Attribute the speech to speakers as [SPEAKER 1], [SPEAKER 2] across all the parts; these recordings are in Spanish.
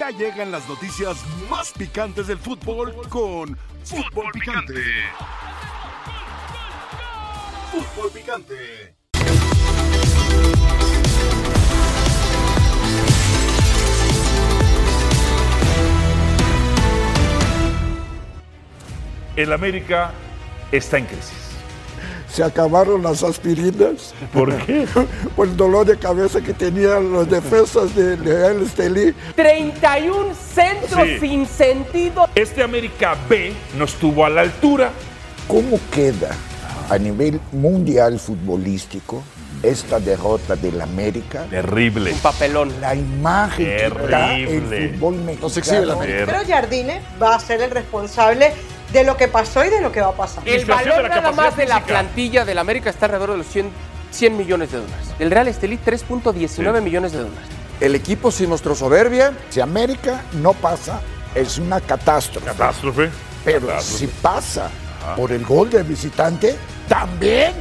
[SPEAKER 1] Ya llegan las noticias más picantes del fútbol con Fútbol Picante. Fútbol Picante.
[SPEAKER 2] El América está en crisis.
[SPEAKER 3] Se acabaron las aspirinas
[SPEAKER 2] ¿Por qué?
[SPEAKER 3] por el dolor de cabeza que tenían los defensas del Real Estelí.
[SPEAKER 4] 31 centros
[SPEAKER 2] Sí.
[SPEAKER 4] sin sentido.
[SPEAKER 2] Este América B no estuvo a la altura.
[SPEAKER 5] ¿Cómo queda a nivel mundial futbolístico esta derrota del América?
[SPEAKER 2] Terrible.
[SPEAKER 4] Papelón.
[SPEAKER 5] La imagen que da
[SPEAKER 2] Terrible.
[SPEAKER 5] el fútbol mexicano.
[SPEAKER 6] Nos exhibe el América.
[SPEAKER 7] Pero Jardine va a ser el responsable de lo que pasó y de lo que va a pasar.
[SPEAKER 4] El
[SPEAKER 2] Inflación de
[SPEAKER 4] valor
[SPEAKER 2] la
[SPEAKER 4] nada
[SPEAKER 2] capacidad
[SPEAKER 4] más de la
[SPEAKER 2] física.
[SPEAKER 4] plantilla del América está alrededor de los 100, 100 millones de dólares. Del Real Estelí, 3.19
[SPEAKER 2] Sí.
[SPEAKER 4] millones de dólares.
[SPEAKER 6] El equipo sí mostró soberbia.
[SPEAKER 5] Si América no pasa, es una catástrofe.
[SPEAKER 2] Catástrofe.
[SPEAKER 5] Pero si pasa por el gol del visitante, también,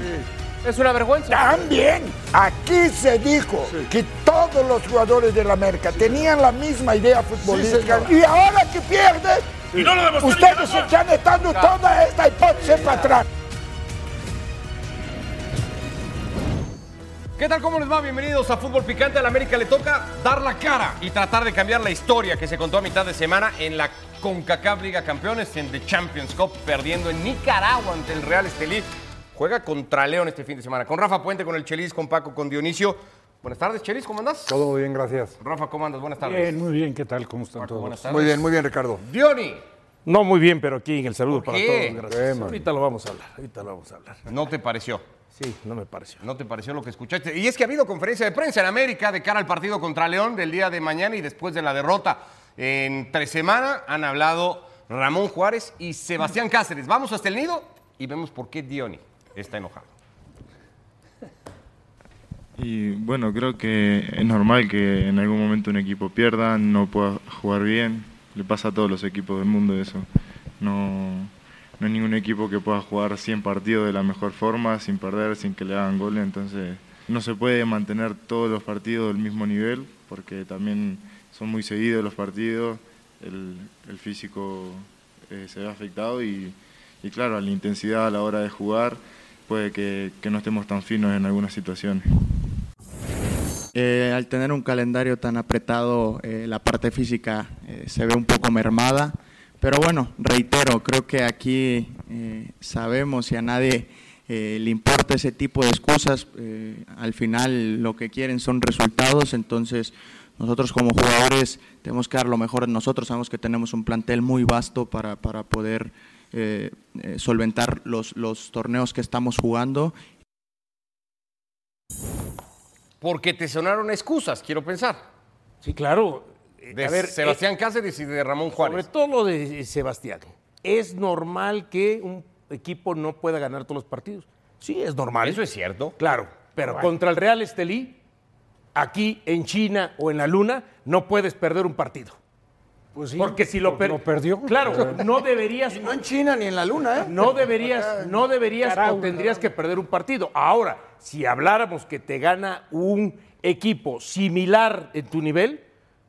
[SPEAKER 4] Es una vergüenza.
[SPEAKER 5] también. Aquí se dijo que todos los jugadores del América tenían la misma idea futbolística. y ahora que pierde,
[SPEAKER 2] Y no lo demostró.
[SPEAKER 5] ustedes están echando toda esta hipótesis para atrás.
[SPEAKER 8] ¿Qué tal? ¿Cómo les va? Bienvenidos a Fútbol Picante. A la América le toca dar la cara y tratar de cambiar la historia que se contó a mitad de semana en la CONCACAF Liga Campeones, en The Champions Cup, perdiendo en Nicaragua ante el Real Estelí. Juega contra León este fin de semana. Con Rafa Puente, con el Chelis, con Paco, con Dionisio. Buenas tardes, Chelis, ¿cómo andas?
[SPEAKER 6] Todo bien, gracias.
[SPEAKER 8] Rafa, ¿cómo andas? Buenas tardes.
[SPEAKER 9] Bien, muy bien, ¿qué tal? ¿Cómo están
[SPEAKER 8] Paco,
[SPEAKER 9] todos?
[SPEAKER 8] buenas tardes.
[SPEAKER 6] Muy bien, muy bien, Ricardo.
[SPEAKER 8] Diony,
[SPEAKER 9] No, muy bien, pero aquí en el saludo para
[SPEAKER 8] qué?
[SPEAKER 9] todos, gracias.
[SPEAKER 6] Bien, man.
[SPEAKER 9] ahorita lo vamos a hablar, ahorita lo vamos a hablar.
[SPEAKER 8] no te pareció.
[SPEAKER 9] Sí, no me pareció.
[SPEAKER 8] No te pareció lo que escuchaste. Y es que ha habido conferencia de prensa en América de cara al partido contra León del día de mañana y después de la derrota en tres semanas han hablado Ramón Juárez y Sebastián Cáceres. Vamos hasta el nido y vemos por qué Diony está enojado.
[SPEAKER 10] Y bueno, creo que es normal que en algún momento un equipo pierda, no pueda jugar bien. Le pasa a todos los equipos del mundo eso. No, no hay ningún equipo que pueda jugar 100 partidos de la mejor forma, sin perder, sin que le hagan goles. Entonces no se puede mantener todos los partidos del mismo nivel, porque también son muy seguidos los partidos, el, el físico eh, se ve afectado y, y claro, la intensidad a la hora de jugar puede que- que no estemos tan finos en algunas situaciones.
[SPEAKER 11] Eh, al tener un calendario tan apretado, eh, la parte física eh, se ve un poco mermada. Pero bueno, reitero, creo que aquí eh, sabemos y a nadie eh, le importa ese tipo de excusas. Eh, al final lo que quieren son resultados, entonces nosotros como jugadores tenemos que dar lo mejor de nosotros. Sabemos que tenemos un plantel muy vasto para, para poder eh, eh, solventar los, los torneos que estamos jugando
[SPEAKER 8] Porque te sonaron excusas, quiero pensar,
[SPEAKER 9] Sí, claro. eh,
[SPEAKER 8] de
[SPEAKER 9] a ver,
[SPEAKER 8] Sebastián Cáceres y de Ramón
[SPEAKER 9] eh, sobre
[SPEAKER 8] Juárez.
[SPEAKER 9] todo lo de eh, Sebastián. Es normal que un equipo no pueda ganar todos los partidos. Sí, es normal.
[SPEAKER 8] Eso es cierto.
[SPEAKER 9] Claro, pero contra el Real Estelí, aquí en China o en la Luna, no puedes perder un partido.
[SPEAKER 6] Pues
[SPEAKER 9] porque si lo, per-
[SPEAKER 6] perdió.
[SPEAKER 9] Claro, no deberías
[SPEAKER 6] No en China ni en la luna, ¿eh?
[SPEAKER 9] No deberías, no deberías o tendrías que perder un partido. Ahora, si habláramos que te gana un equipo similar en tu nivel,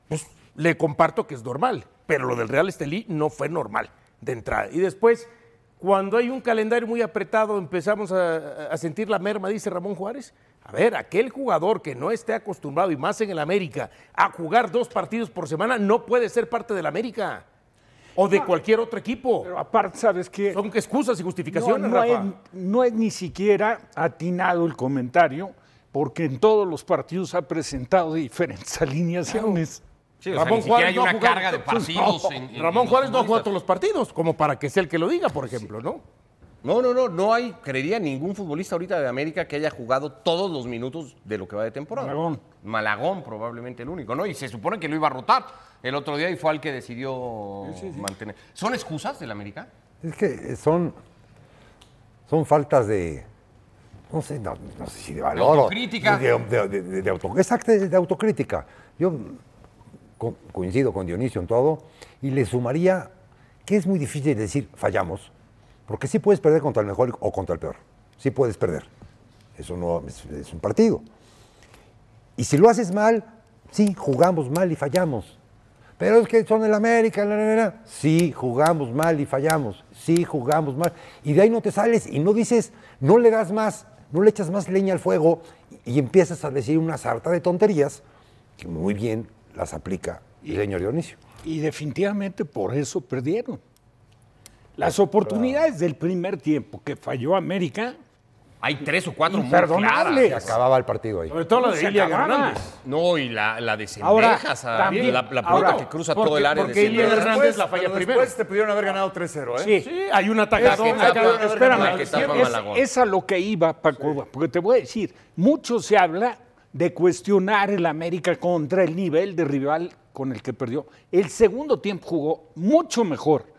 [SPEAKER 9] pues le comparto que es normal. Pero lo del Real Estelí no fue normal de entrada. Y después, cuando hay un calendario muy apretado, empezamos a, a sentir la merma, dice Ramón Juárez. A ver, aquel jugador que no esté acostumbrado, y más en el América, a jugar dos partidos por semana, no puede ser parte del América. O de cualquier otro equipo.
[SPEAKER 12] Pero aparte, ¿sabes qué?
[SPEAKER 9] Son excusas y
[SPEAKER 12] No,
[SPEAKER 9] justificaciones,
[SPEAKER 12] no es,
[SPEAKER 9] Rafa.
[SPEAKER 12] no es ni siquiera atinado el comentario, porque en todos los partidos ha presentado diferentes alineaciones.
[SPEAKER 8] Sí, o sea, ni siquiera hay
[SPEAKER 9] no ha
[SPEAKER 8] una
[SPEAKER 9] jugado-
[SPEAKER 8] carga de
[SPEAKER 9] No,
[SPEAKER 8] partidos. en- en-
[SPEAKER 9] Ramón
[SPEAKER 8] en
[SPEAKER 9] Juárez no ha
[SPEAKER 8] los
[SPEAKER 9] jugado
[SPEAKER 8] futbolistas.
[SPEAKER 9] todos los partidos, como para que sea el que lo diga, por ejemplo, ¿no?
[SPEAKER 8] No, no, no, no hay, creería, ningún futbolista ahorita de América que haya jugado todos los minutos de lo que va de temporada.
[SPEAKER 12] Malagón.
[SPEAKER 8] Malagón, probablemente el único, ¿no? Y se supone que lo iba a rotar el otro día y fue al que decidió mantener. ¿Son excusas del América?
[SPEAKER 13] Es que eh, son, son faltas de, no sé, no, no sé si de valor. o-
[SPEAKER 8] autocrítica.
[SPEAKER 13] De, de- de- de- de auto- exacto, de autocrítica. Yo co- coincido con Dionisio en todo y le sumaría que es muy difícil decir fallamos, porque sí puedes perder contra el mejor o contra el peor. Sí puedes perder. Eso no es, es un partido. Y si lo haces mal, sí, jugamos mal y fallamos. Pero es que son el América, la, la, la, la. Sí, jugamos mal y fallamos. Sí, jugamos mal. Y de ahí no te sales y no dices, no le das más, no le echas más leña al fuego y empiezas a decir una sarta de tonterías que muy bien las aplica el señor Dionisio.
[SPEAKER 12] Y definitivamente por eso perdieron. Las oportunidades del primer tiempo que falló América,
[SPEAKER 8] Hay tres o cuatro
[SPEAKER 13] Mm,
[SPEAKER 8] muy
[SPEAKER 12] Imperdonables.
[SPEAKER 8] claras.
[SPEAKER 12] Se acababa
[SPEAKER 13] el partido ahí.
[SPEAKER 9] Sobre todo la de
[SPEAKER 8] Se
[SPEAKER 9] Ilia
[SPEAKER 8] acababa.
[SPEAKER 9] Hernández.
[SPEAKER 8] No, y la, la de
[SPEAKER 9] Ahora,
[SPEAKER 8] Cendejas, a-
[SPEAKER 9] también,
[SPEAKER 8] la, la pelota
[SPEAKER 9] ahora,
[SPEAKER 8] que cruza
[SPEAKER 9] porque-
[SPEAKER 8] todo el área. de
[SPEAKER 9] porque Ilia
[SPEAKER 8] Cendejas.
[SPEAKER 9] Hernández la falla
[SPEAKER 6] Pero
[SPEAKER 9] primero.
[SPEAKER 6] Después te pudieron haber ganado 3-0, ¿eh?
[SPEAKER 9] Sí, sí, hay un ataque.
[SPEAKER 12] Esa
[SPEAKER 9] Hay un ataque.
[SPEAKER 12] espérame,
[SPEAKER 9] que tapa
[SPEAKER 12] es-
[SPEAKER 9] Malagón.
[SPEAKER 12] es a lo que iba Paco, porque te voy a decir, mucho se habla de cuestionar el América contra el nivel de rival con el que perdió. El segundo tiempo jugó mucho mejor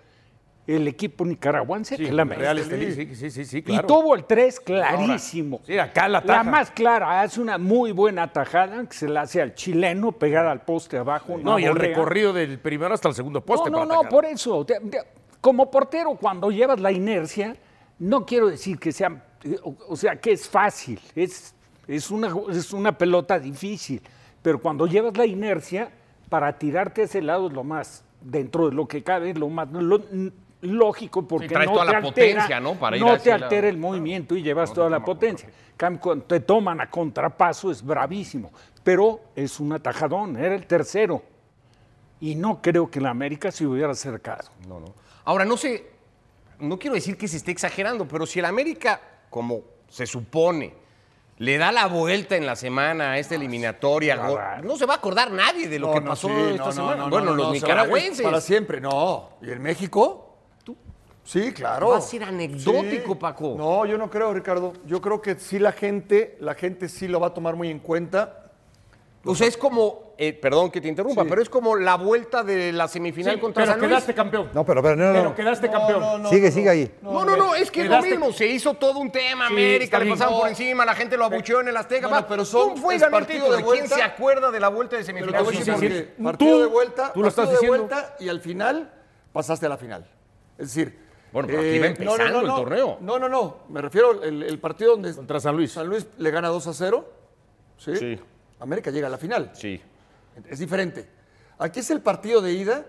[SPEAKER 12] el equipo nicaragüense que el América.
[SPEAKER 9] Real Estelí, sí, sí, sí, sí, claro.
[SPEAKER 12] Y tuvo el 3 clarísimo.
[SPEAKER 9] Sí, acá la
[SPEAKER 12] La
[SPEAKER 9] taja.
[SPEAKER 12] más clara, hace una muy buena tajada que se la hace al chileno pegada al poste abajo. una
[SPEAKER 9] No, y el
[SPEAKER 12] volea.
[SPEAKER 9] recorrido del primero hasta el segundo poste.
[SPEAKER 12] No,
[SPEAKER 9] para
[SPEAKER 12] no, no,
[SPEAKER 9] atacar.
[SPEAKER 12] por eso. Te- te- como portero, cuando llevas la inercia, no quiero decir que sea, eh, o, o sea, que es fácil, es, es, una, es una pelota difícil, pero cuando llevas la inercia, para tirarte a ese lado es lo más, dentro de lo que cabe, es lo más lo- n- lógico, porque
[SPEAKER 8] traes
[SPEAKER 12] no
[SPEAKER 8] toda
[SPEAKER 12] te
[SPEAKER 8] la
[SPEAKER 12] altera,
[SPEAKER 8] potencia, ¿no? Para ir a
[SPEAKER 12] no
[SPEAKER 8] ese
[SPEAKER 12] te
[SPEAKER 8] lado.
[SPEAKER 12] altera el movimiento y llevas toda la potencia. Cam- Cuando te toman a contrapaso es bravísimo, pero es un atajadón, era el tercero. Y no creo que la América se hubiera acercado.
[SPEAKER 8] No, no. Ahora, no sé, no quiero decir que se esté exagerando, pero si el América, como se supone, le da la vuelta en la semana a esta eliminatoria, go- no se va a acordar nadie de lo que pasó
[SPEAKER 6] sí,
[SPEAKER 8] esta semana. bueno, los
[SPEAKER 6] se van a-
[SPEAKER 8] nicaragüenses.
[SPEAKER 6] Para siempre, no. ¿Y el México? Sí, claro.
[SPEAKER 8] Va a ser anecdótico, Paco.
[SPEAKER 6] No, yo no creo, Ricardo. Yo creo que sí la gente, la gente sí lo va a tomar muy en cuenta.
[SPEAKER 8] O sea, es como, eh, perdón que te interrumpa, pero es como la vuelta de la semifinal
[SPEAKER 9] Sí,
[SPEAKER 8] contra
[SPEAKER 9] pero
[SPEAKER 8] San Luis.
[SPEAKER 9] quedaste campeón.
[SPEAKER 13] No, pero, pero no, no,
[SPEAKER 9] Pero
[SPEAKER 13] no.
[SPEAKER 9] quedaste campeón.
[SPEAKER 13] sigue, sigue ahí.
[SPEAKER 8] No, no, no, es que es lo
[SPEAKER 9] Quedaste-
[SPEAKER 8] mismo. Se hizo todo un tema,
[SPEAKER 9] Sí,
[SPEAKER 8] América,
[SPEAKER 9] está
[SPEAKER 8] le
[SPEAKER 9] bien.
[SPEAKER 8] pasaron por
[SPEAKER 9] No.
[SPEAKER 8] encima, la gente lo abucheó en el Azteca.
[SPEAKER 6] No, no,
[SPEAKER 8] va,
[SPEAKER 6] pero son-
[SPEAKER 8] pum, fue y
[SPEAKER 6] es
[SPEAKER 8] ganó el
[SPEAKER 6] partido
[SPEAKER 8] título.
[SPEAKER 6] de
[SPEAKER 8] ¿Quién
[SPEAKER 6] vuelta.
[SPEAKER 8] se acuerda de la vuelta de
[SPEAKER 6] Pero te voy
[SPEAKER 8] semifinal?
[SPEAKER 6] a decir
[SPEAKER 8] Sí,
[SPEAKER 6] por
[SPEAKER 8] sí,
[SPEAKER 6] qué.
[SPEAKER 8] sí.
[SPEAKER 6] partido
[SPEAKER 8] Tú
[SPEAKER 6] de vuelta,
[SPEAKER 8] lo estás
[SPEAKER 6] partido de
[SPEAKER 8] diciendo.
[SPEAKER 6] vuelta y al final pasaste a la final. Es decir,
[SPEAKER 8] Bueno, pero aquí va
[SPEAKER 6] Eh, no, no,
[SPEAKER 8] empezando
[SPEAKER 6] no,
[SPEAKER 8] el
[SPEAKER 6] no.
[SPEAKER 8] torneo.
[SPEAKER 6] No, no, no. Me refiero el, el partido donde contra San Luis. San Luis le gana 2 a 0. ¿sí? América llega a la final.
[SPEAKER 8] Sí.
[SPEAKER 6] Es diferente. Aquí es el partido de ida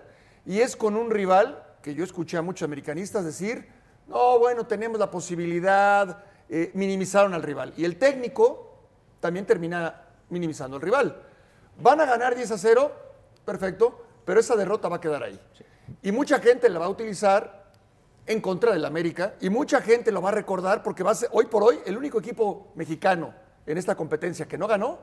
[SPEAKER 6] y es con un rival que yo escuché a muchos americanistas decir, no, bueno, tenemos la posibilidad, eh, minimizaron al rival. Y el técnico también termina minimizando al rival. Van a ganar 10 a 0, perfecto, pero esa derrota va a quedar ahí. Y mucha gente la va a utilizar en contra del América y mucha gente lo va a recordar porque va a ser hoy por hoy el único equipo mexicano en esta competencia que no ganó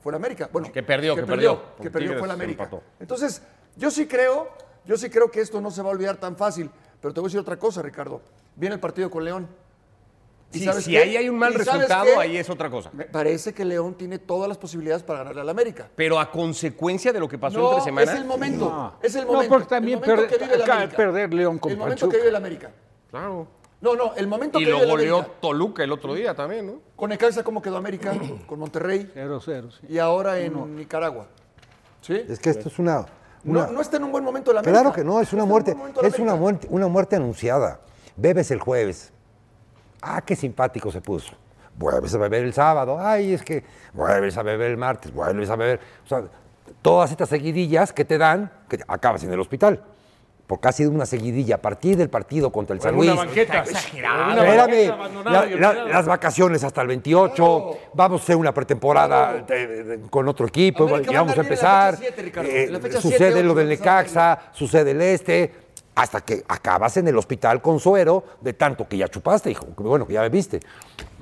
[SPEAKER 6] fue el América. Bueno,
[SPEAKER 8] Que perdió, que perdió.
[SPEAKER 6] que perdió fue el
[SPEAKER 8] Tigres
[SPEAKER 6] América.
[SPEAKER 8] empató.
[SPEAKER 6] Entonces, yo sí creo, yo sí creo que esto no se va a olvidar tan fácil, pero te voy a decir otra cosa, Ricardo. Viene el partido con León. ¿Y
[SPEAKER 8] Sí,
[SPEAKER 6] sabes
[SPEAKER 8] si
[SPEAKER 6] qué?
[SPEAKER 8] ahí hay un mal
[SPEAKER 6] ¿Y sabes
[SPEAKER 8] resultado,
[SPEAKER 6] qué?
[SPEAKER 8] ahí es otra cosa.
[SPEAKER 6] Me parece que León tiene todas las posibilidades para ganarle al América.
[SPEAKER 8] Pero a consecuencia de lo que pasó
[SPEAKER 6] No,
[SPEAKER 8] entre semana.
[SPEAKER 6] es el momento,
[SPEAKER 12] No.
[SPEAKER 6] es el
[SPEAKER 12] No,
[SPEAKER 6] momento.
[SPEAKER 12] porque también
[SPEAKER 6] el momento
[SPEAKER 12] perde-
[SPEAKER 6] que vive el
[SPEAKER 12] acaba de
[SPEAKER 6] América.
[SPEAKER 12] perder León con
[SPEAKER 6] El momento
[SPEAKER 12] Pachuca.
[SPEAKER 6] que vive el América.
[SPEAKER 8] Claro.
[SPEAKER 6] No, no, el momento
[SPEAKER 8] Y
[SPEAKER 6] que
[SPEAKER 8] lo
[SPEAKER 6] vive el
[SPEAKER 8] goleó
[SPEAKER 6] América.
[SPEAKER 8] Toluca el otro día también, ¿no?
[SPEAKER 6] Con Necaxa, ¿cómo quedó América? Con Monterrey.
[SPEAKER 12] 0-0, sí.
[SPEAKER 6] Y ahora en Nicaragua. ¿Sí?
[SPEAKER 13] Es que esto es una. una-
[SPEAKER 6] No, no está en un buen momento la América.
[SPEAKER 13] Claro que no, es una muerte. Es una muerte, una muerte anunciada. Bebes el jueves. Ah, qué simpático se puso. Vuelves a beber el sábado. Ay, es que vuelves a beber el martes, vuelves a beber. O sea, todas estas seguidillas que te dan, que acabas en el hospital. Porque ha sido una seguidilla a partir del partido contra el San Luis.
[SPEAKER 9] Una banqueta.
[SPEAKER 13] Ah,
[SPEAKER 9] Exagerado.
[SPEAKER 13] Espérame, la- la- las vacaciones hasta el 28, vamos a hacer una pretemporada eh, eh, con otro equipo
[SPEAKER 6] América
[SPEAKER 13] y
[SPEAKER 6] va a
[SPEAKER 13] vamos a
[SPEAKER 6] ganar en la fecha
[SPEAKER 13] empezar.
[SPEAKER 6] siete, Ricardo,
[SPEAKER 13] Eh,
[SPEAKER 6] en la fecha
[SPEAKER 13] sucede
[SPEAKER 6] siete,
[SPEAKER 13] lo del
[SPEAKER 6] ocho, empezamos
[SPEAKER 13] Necaxa, sucede el este, hasta que acabas en el hospital con suero de tanto que ya chupaste, hijo, que bueno, que ya bebiste.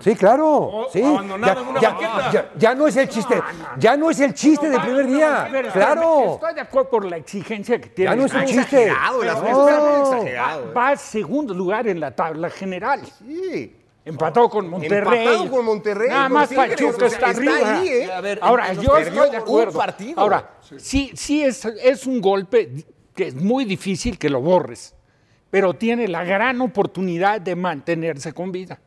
[SPEAKER 13] Sí, claro. sí.
[SPEAKER 9] abandonado
[SPEAKER 13] Ya-
[SPEAKER 9] en una
[SPEAKER 13] ya,
[SPEAKER 9] banqueta.
[SPEAKER 13] ya- ya no es el chiste, ya no es el chiste del primer día.
[SPEAKER 12] Espera, espérame,
[SPEAKER 13] claro.
[SPEAKER 12] Estoy de acuerdo por la exigencia que tiene.
[SPEAKER 13] Ya no es un
[SPEAKER 12] Está
[SPEAKER 13] chiste.
[SPEAKER 12] exagerado, el
[SPEAKER 13] No.
[SPEAKER 12] asunto está muy
[SPEAKER 13] Exagerado,
[SPEAKER 12] exagerado. Va a segundo lugar en la tabla general. Sí. Empatado con Monterrey.
[SPEAKER 8] Empatado con Monterrey,
[SPEAKER 12] Nada
[SPEAKER 8] con
[SPEAKER 12] más
[SPEAKER 8] Tigres,
[SPEAKER 12] Pachuca
[SPEAKER 8] o sea,
[SPEAKER 12] está
[SPEAKER 8] está
[SPEAKER 12] arriba.
[SPEAKER 8] ahí, ¿eh? A ver,
[SPEAKER 12] Ahora,
[SPEAKER 8] en- en
[SPEAKER 12] yo
[SPEAKER 8] los
[SPEAKER 12] estoy de
[SPEAKER 8] perdidos,
[SPEAKER 12] acuerdo.
[SPEAKER 8] un partido.
[SPEAKER 12] Ahora, sí, sí es, es un golpe que es muy difícil que lo borres, pero tiene la gran oportunidad de mantenerse con vida.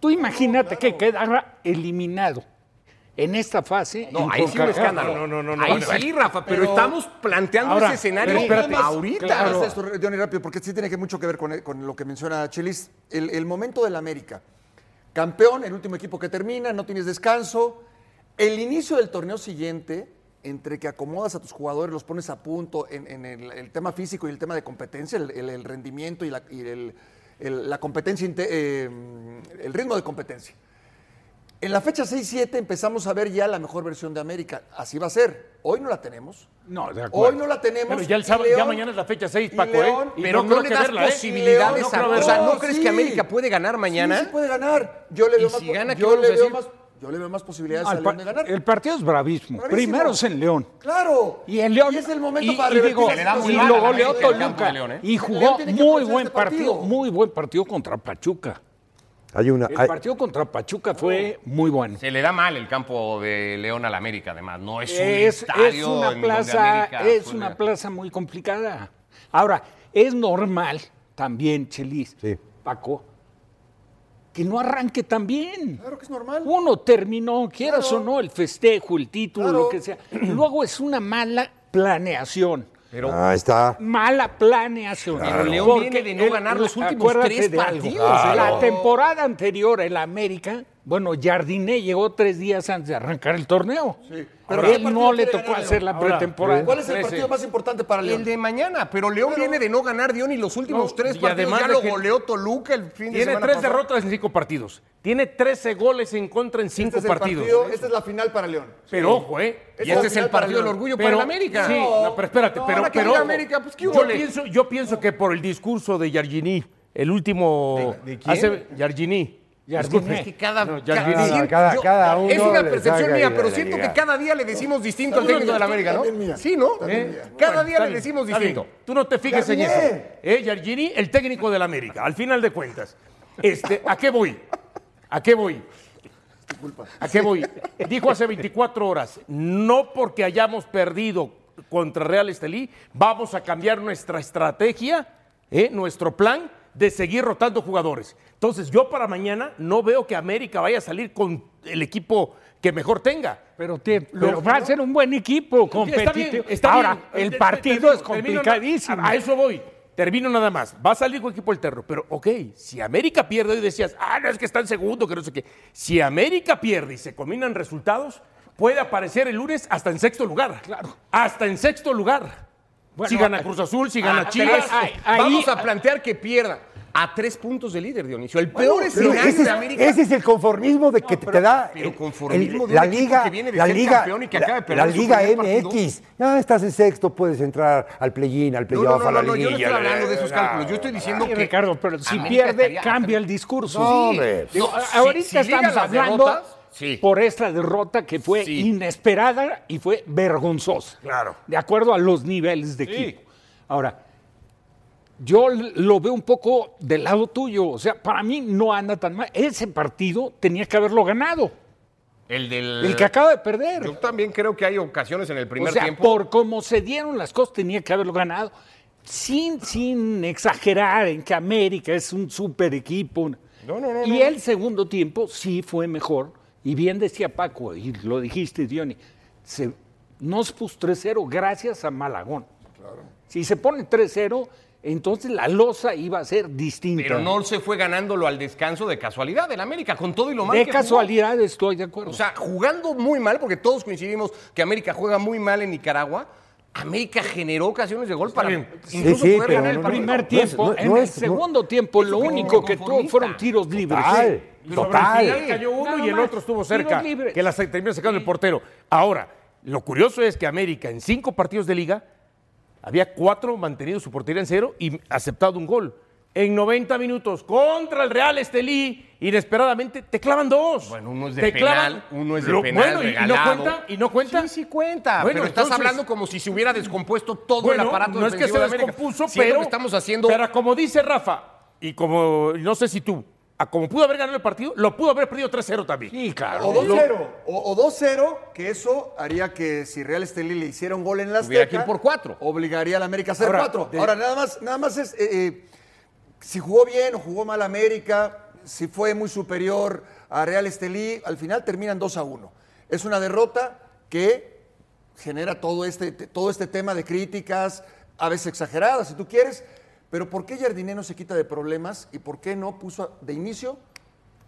[SPEAKER 12] Tú imagínate que quedara eliminado en esta fase.
[SPEAKER 8] No,
[SPEAKER 12] en
[SPEAKER 8] ahí sí un
[SPEAKER 12] CONCACAF.
[SPEAKER 8] escándalo. ahí sí, Rafa, pero, estamos planteando
[SPEAKER 12] Ahora,
[SPEAKER 8] ese escenario
[SPEAKER 12] pero espérate,
[SPEAKER 8] ahorita.
[SPEAKER 6] Claro. Haz esto, Johnny, rápido, porque sí tiene que mucho que ver con, con lo que menciona Chelis. El, el momento del América. Campeón, el último equipo que termina, no tienes descanso. El inicio del torneo siguiente entre que acomodas a tus jugadores, los pones a punto en, en el, el tema físico y el tema de competencia, el, el- el rendimiento y la, y el- el- la competencia, inte- eh, el ritmo de competencia. En la fecha 6-7 empezamos a ver ya la mejor versión de América. Así va a ser. Hoy no la tenemos.
[SPEAKER 9] No, de
[SPEAKER 6] Hoy no la tenemos.
[SPEAKER 9] Pero ya el
[SPEAKER 6] y
[SPEAKER 9] sábado, ya
[SPEAKER 6] León-
[SPEAKER 9] mañana es la fecha 6,
[SPEAKER 6] y
[SPEAKER 9] Paco,
[SPEAKER 6] León-
[SPEAKER 9] ¿eh? Y
[SPEAKER 8] Pero no,
[SPEAKER 9] creo
[SPEAKER 8] le
[SPEAKER 9] que
[SPEAKER 8] das
[SPEAKER 9] verla, ¿eh?
[SPEAKER 8] posibilidades
[SPEAKER 9] No
[SPEAKER 8] a.
[SPEAKER 9] creo
[SPEAKER 8] o sea,
[SPEAKER 9] verla.
[SPEAKER 8] ¿no crees
[SPEAKER 6] sí.
[SPEAKER 8] que América puede ganar mañana?
[SPEAKER 6] Sí, sí puede ganar. Yo le
[SPEAKER 8] Y
[SPEAKER 6] veo,
[SPEAKER 8] si
[SPEAKER 6] más, po-
[SPEAKER 8] gana, ¿qué
[SPEAKER 6] yo
[SPEAKER 8] vamos
[SPEAKER 6] le
[SPEAKER 8] a
[SPEAKER 6] veo
[SPEAKER 8] decir?
[SPEAKER 6] más. Yo le veo más posibilidades
[SPEAKER 12] Al
[SPEAKER 6] a
[SPEAKER 12] pa-
[SPEAKER 6] León de ganar.
[SPEAKER 12] el partido es bravísimo.
[SPEAKER 6] Bravísimo.
[SPEAKER 12] Primero es en León.
[SPEAKER 6] Claro.
[SPEAKER 12] Y el León.
[SPEAKER 6] Y es el momento
[SPEAKER 12] y, y
[SPEAKER 6] para revertir
[SPEAKER 12] digo,
[SPEAKER 6] la Se le da muy
[SPEAKER 12] y
[SPEAKER 6] mal
[SPEAKER 12] lo
[SPEAKER 6] a la
[SPEAKER 12] goleó
[SPEAKER 6] América el campo
[SPEAKER 12] Toluca.
[SPEAKER 6] de León, ¿eh?
[SPEAKER 12] Y
[SPEAKER 6] El
[SPEAKER 12] jugó
[SPEAKER 6] León tiene que
[SPEAKER 12] muy
[SPEAKER 6] aprovechar
[SPEAKER 12] buen
[SPEAKER 6] este
[SPEAKER 12] partido.
[SPEAKER 6] partido.
[SPEAKER 12] Muy buen partido contra Pachuca.
[SPEAKER 13] Hay una.
[SPEAKER 12] El
[SPEAKER 13] hay-
[SPEAKER 12] partido contra Pachuca fue muy bueno.
[SPEAKER 8] Se le da mal el campo de León al América, además. No es un
[SPEAKER 12] Es,
[SPEAKER 8] estadio
[SPEAKER 12] es una
[SPEAKER 8] en donde
[SPEAKER 12] plaza,
[SPEAKER 8] América
[SPEAKER 12] es
[SPEAKER 8] juega.
[SPEAKER 12] una plaza muy complicada. Ahora, es normal también, Chelis, Paco, que no arranque tan bien.
[SPEAKER 6] Claro que es normal.
[SPEAKER 12] Uno terminó, quieras
[SPEAKER 6] Claro.
[SPEAKER 12] o no, el festejo, el título,
[SPEAKER 6] Claro.
[SPEAKER 12] lo que sea. Luego es una mala planeación.
[SPEAKER 13] Ah, Ahí está.
[SPEAKER 12] Mala planeación.
[SPEAKER 13] Pero León
[SPEAKER 8] viene de no
[SPEAKER 12] el-
[SPEAKER 8] ganar los
[SPEAKER 12] la-
[SPEAKER 8] últimos
[SPEAKER 12] acuérdate
[SPEAKER 8] tres
[SPEAKER 12] de algo.
[SPEAKER 8] partidos,
[SPEAKER 13] ¿eh?
[SPEAKER 12] La
[SPEAKER 13] Claro.
[SPEAKER 12] temporada anterior, el América, bueno, Jardiné llegó tres días antes de arrancar el torneo. Pero
[SPEAKER 8] ¿qué
[SPEAKER 12] él
[SPEAKER 8] partido
[SPEAKER 12] no le
[SPEAKER 8] quiere
[SPEAKER 12] tocó
[SPEAKER 8] ganar
[SPEAKER 12] hacer
[SPEAKER 8] León?
[SPEAKER 12] la pretemporada.
[SPEAKER 6] ¿Cuál es el partido más importante para León?
[SPEAKER 8] El de mañana, pero León viene de no ganar, Dion, y los últimos
[SPEAKER 9] No,
[SPEAKER 8] tres
[SPEAKER 9] y
[SPEAKER 8] partidos
[SPEAKER 9] además
[SPEAKER 8] ya
[SPEAKER 9] de
[SPEAKER 8] lo
[SPEAKER 9] que-
[SPEAKER 8] goleó Toluca el fin de
[SPEAKER 9] Tiene
[SPEAKER 8] semana
[SPEAKER 9] tres
[SPEAKER 8] pasado.
[SPEAKER 9] derrotas en cinco partidos. Tiene 13 goles en contra en cinco
[SPEAKER 6] Este es el
[SPEAKER 9] partidos.
[SPEAKER 6] partido, esta es la final para León.
[SPEAKER 9] Pero
[SPEAKER 6] Sí.
[SPEAKER 9] ojo, ¿eh?
[SPEAKER 6] Esta
[SPEAKER 8] Y este es el
[SPEAKER 6] final para
[SPEAKER 8] partido del
[SPEAKER 6] León.
[SPEAKER 8] orgullo
[SPEAKER 9] Pero-
[SPEAKER 8] para el América.
[SPEAKER 9] Sí, no, pero espérate,
[SPEAKER 6] No,
[SPEAKER 9] pero,
[SPEAKER 6] ahora que
[SPEAKER 9] pero
[SPEAKER 6] diga
[SPEAKER 9] ojo,
[SPEAKER 6] América, pues, ¿qué
[SPEAKER 9] yo
[SPEAKER 6] hubo?
[SPEAKER 9] pienso, yo pienso que por el discurso de Yargini, el último
[SPEAKER 8] ¿De- de quién?
[SPEAKER 9] Yargini.
[SPEAKER 8] Disculpe, es que cada,
[SPEAKER 9] Eh, No,
[SPEAKER 8] ca-
[SPEAKER 9] Jardine.
[SPEAKER 8] siento-
[SPEAKER 13] cada-
[SPEAKER 8] yo-
[SPEAKER 13] cada uno
[SPEAKER 8] es una
[SPEAKER 13] le
[SPEAKER 8] percepción
[SPEAKER 13] saca
[SPEAKER 8] mía,
[SPEAKER 13] idea
[SPEAKER 8] pero
[SPEAKER 13] de la
[SPEAKER 8] siento que
[SPEAKER 13] liga.
[SPEAKER 8] cada día le decimos distinto al
[SPEAKER 9] También
[SPEAKER 8] técnico de la
[SPEAKER 9] mía,
[SPEAKER 8] América, ¿no?
[SPEAKER 6] también mía,
[SPEAKER 8] Sí, ¿no?
[SPEAKER 6] también
[SPEAKER 8] ¿Eh?
[SPEAKER 6] mía.
[SPEAKER 8] Cada día
[SPEAKER 9] Está
[SPEAKER 8] le
[SPEAKER 9] bien,
[SPEAKER 8] decimos
[SPEAKER 9] está bien.
[SPEAKER 8] distinto.
[SPEAKER 9] Tú no te fijes en
[SPEAKER 6] Jardiné.
[SPEAKER 9] eso. ¿Eh? Yargini, el técnico del América, al final de cuentas. Este, ¿A qué voy? ¿A qué voy? ¿A qué voy? Dijo hace 24 horas, no porque hayamos perdido contra Real Estelí, vamos a cambiar nuestra estrategia, ¿eh? nuestro plan de seguir rotando jugadores. Entonces, yo para mañana no veo que América vaya a salir con el equipo que mejor tenga.
[SPEAKER 12] Pero, te- pero va a ser un buen equipo,
[SPEAKER 9] Está bien,
[SPEAKER 12] competitivo.
[SPEAKER 9] está
[SPEAKER 12] Ahora,
[SPEAKER 9] bien.
[SPEAKER 12] el
[SPEAKER 9] Te-
[SPEAKER 12] partido
[SPEAKER 9] termino,
[SPEAKER 12] es
[SPEAKER 9] termino,
[SPEAKER 12] complicadísimo.
[SPEAKER 9] a- A eso voy. Termino nada más. Va a salir con equipo alterno. Pero, ok, si América pierde y decías, ah, no, es que está en segundo, que no sé qué. Si América pierde y se combinan resultados, puede aparecer el lunes hasta en sexto lugar. Claro. eh, Hasta en sexto lugar. si gana Cruz Azul, si gana
[SPEAKER 8] Ah,
[SPEAKER 9] Chivas.
[SPEAKER 8] pero es- vamos a plantear que pierda a tres puntos de líder, Dionisio. El peor
[SPEAKER 13] Bueno, pero
[SPEAKER 8] escenario
[SPEAKER 13] ese,
[SPEAKER 8] de
[SPEAKER 13] es,
[SPEAKER 8] América.
[SPEAKER 13] ese es el conformismo de que te da
[SPEAKER 8] pero
[SPEAKER 13] el-
[SPEAKER 8] conformismo de un
[SPEAKER 13] la
[SPEAKER 8] equipo
[SPEAKER 13] liga
[SPEAKER 8] que viene de
[SPEAKER 13] la
[SPEAKER 8] ser
[SPEAKER 13] liga
[SPEAKER 8] campeón y que
[SPEAKER 13] la-
[SPEAKER 8] acaba de perder
[SPEAKER 13] la
[SPEAKER 8] su
[SPEAKER 13] liga
[SPEAKER 8] primer
[SPEAKER 13] MX ya estás en sexto puedes entrar al play-in al
[SPEAKER 8] No,
[SPEAKER 13] playoff
[SPEAKER 8] no,
[SPEAKER 13] a
[SPEAKER 8] no, no, no,
[SPEAKER 13] la
[SPEAKER 8] yo no estoy
[SPEAKER 13] liguilla
[SPEAKER 8] hablando de esos cálculos. Yo estoy diciendo
[SPEAKER 12] Sí,
[SPEAKER 8] que.
[SPEAKER 12] Ah, Ricardo, pero si
[SPEAKER 8] América
[SPEAKER 12] pierde,
[SPEAKER 8] estaría-
[SPEAKER 12] cambia el discurso.
[SPEAKER 8] No,
[SPEAKER 12] Sí.
[SPEAKER 8] hombre.
[SPEAKER 12] Digo,
[SPEAKER 8] No,
[SPEAKER 12] a-
[SPEAKER 8] si-
[SPEAKER 12] ahorita
[SPEAKER 8] si liga
[SPEAKER 12] estamos
[SPEAKER 8] las
[SPEAKER 12] hablando
[SPEAKER 8] derrotas, sí.
[SPEAKER 12] por esta derrota que fue
[SPEAKER 8] Sí.
[SPEAKER 12] inesperada y fue vergonzosa.
[SPEAKER 9] Claro.
[SPEAKER 12] De acuerdo a los niveles de equipo. Ahora, yo l- lo veo un poco del lado tuyo. O sea, para mí no anda tan mal. Ese partido tenía que haberlo ganado.
[SPEAKER 8] El del.
[SPEAKER 12] El que acaba de perder.
[SPEAKER 8] Eh, Yo también creo que hay ocasiones en el primer
[SPEAKER 12] o sea,
[SPEAKER 8] tiempo.
[SPEAKER 12] por cómo se dieron las cosas, tenía que haberlo ganado. Sin, sin exagerar en que América es un super equipo.
[SPEAKER 8] No, no, no,
[SPEAKER 12] y
[SPEAKER 8] no.
[SPEAKER 12] el segundo tiempo sí fue mejor. Y bien decía Paco, y lo dijiste, Diony, se, nos puso 3-0 gracias a Malagón. Si se pone 3-0, entonces la losa iba a ser distinta.
[SPEAKER 8] Pero no se fue ganándolo al descanso de casualidad del América, con todo y lo mal
[SPEAKER 12] De
[SPEAKER 8] que jugó.
[SPEAKER 12] casualidad estoy de acuerdo.
[SPEAKER 8] O sea, jugando muy mal, porque todos coincidimos que América juega muy mal en Nicaragua. América generó ocasiones de gol para incluso
[SPEAKER 13] Sí, sí,
[SPEAKER 8] poder
[SPEAKER 13] pero
[SPEAKER 8] ganar
[SPEAKER 13] no,
[SPEAKER 8] el partido.
[SPEAKER 13] no, no
[SPEAKER 12] primer
[SPEAKER 13] es-
[SPEAKER 12] tiempo,
[SPEAKER 13] no-
[SPEAKER 12] en
[SPEAKER 13] no
[SPEAKER 12] el
[SPEAKER 13] es- no-
[SPEAKER 12] segundo tiempo,
[SPEAKER 8] es
[SPEAKER 12] lo
[SPEAKER 8] un
[SPEAKER 12] único que tuvo
[SPEAKER 8] conformista.
[SPEAKER 12] fueron tiros libres.
[SPEAKER 13] Total,
[SPEAKER 9] Pero
[SPEAKER 13] total.
[SPEAKER 9] al final cayó uno
[SPEAKER 12] Nada
[SPEAKER 9] y el
[SPEAKER 12] más.
[SPEAKER 9] otro estuvo
[SPEAKER 12] Tiros
[SPEAKER 9] cerca.
[SPEAKER 12] libres.
[SPEAKER 9] Que las terminó sacando el portero. Ahora, lo curioso es que América en cinco partidos de liga había cuatro mantenido su portería en cero y aceptado un gol. En 90 minutos contra el Real Estelí, inesperadamente te clavan dos.
[SPEAKER 8] Bueno, uno es de
[SPEAKER 9] Te
[SPEAKER 8] penal, uno es de
[SPEAKER 9] Lo-
[SPEAKER 8] penal
[SPEAKER 9] Bueno, y- y, no
[SPEAKER 8] regalado.
[SPEAKER 9] cuenta, y no cuenta.
[SPEAKER 8] Sí, sí cuenta.
[SPEAKER 9] Bueno,
[SPEAKER 8] pero estás
[SPEAKER 9] entonces-
[SPEAKER 8] hablando como si se hubiera descompuesto todo
[SPEAKER 9] Bueno,
[SPEAKER 8] el aparato
[SPEAKER 9] no es que
[SPEAKER 8] defensivo
[SPEAKER 9] se
[SPEAKER 8] de América.
[SPEAKER 9] descompuso,
[SPEAKER 8] Siento
[SPEAKER 9] pero
[SPEAKER 8] que estamos haciendo
[SPEAKER 9] Pero como dice Rafa, y como no sé si tú, a como pudo haber ganado el partido, lo pudo haber perdido 3-0 también.
[SPEAKER 12] Sí, claro.
[SPEAKER 6] O 2-0. O, o 2-0, que eso haría que si Real Estelí le hiciera un gol en la
[SPEAKER 8] Hubiera
[SPEAKER 6] Azteca,
[SPEAKER 8] que ir por cuatro.
[SPEAKER 6] obligaría al América a hacer
[SPEAKER 9] Ahora,
[SPEAKER 6] 4.
[SPEAKER 9] de-
[SPEAKER 6] Ahora, nada más, nada más es eh, eh, si jugó bien o jugó mal América, si fue muy superior a Real Estelí, al final terminan 2 a 1. Es una derrota que genera todo este, todo este tema de críticas, a veces exageradas, si tú quieres. Pero ¿por qué Jardiné no se quita de problemas y por qué no puso de inicio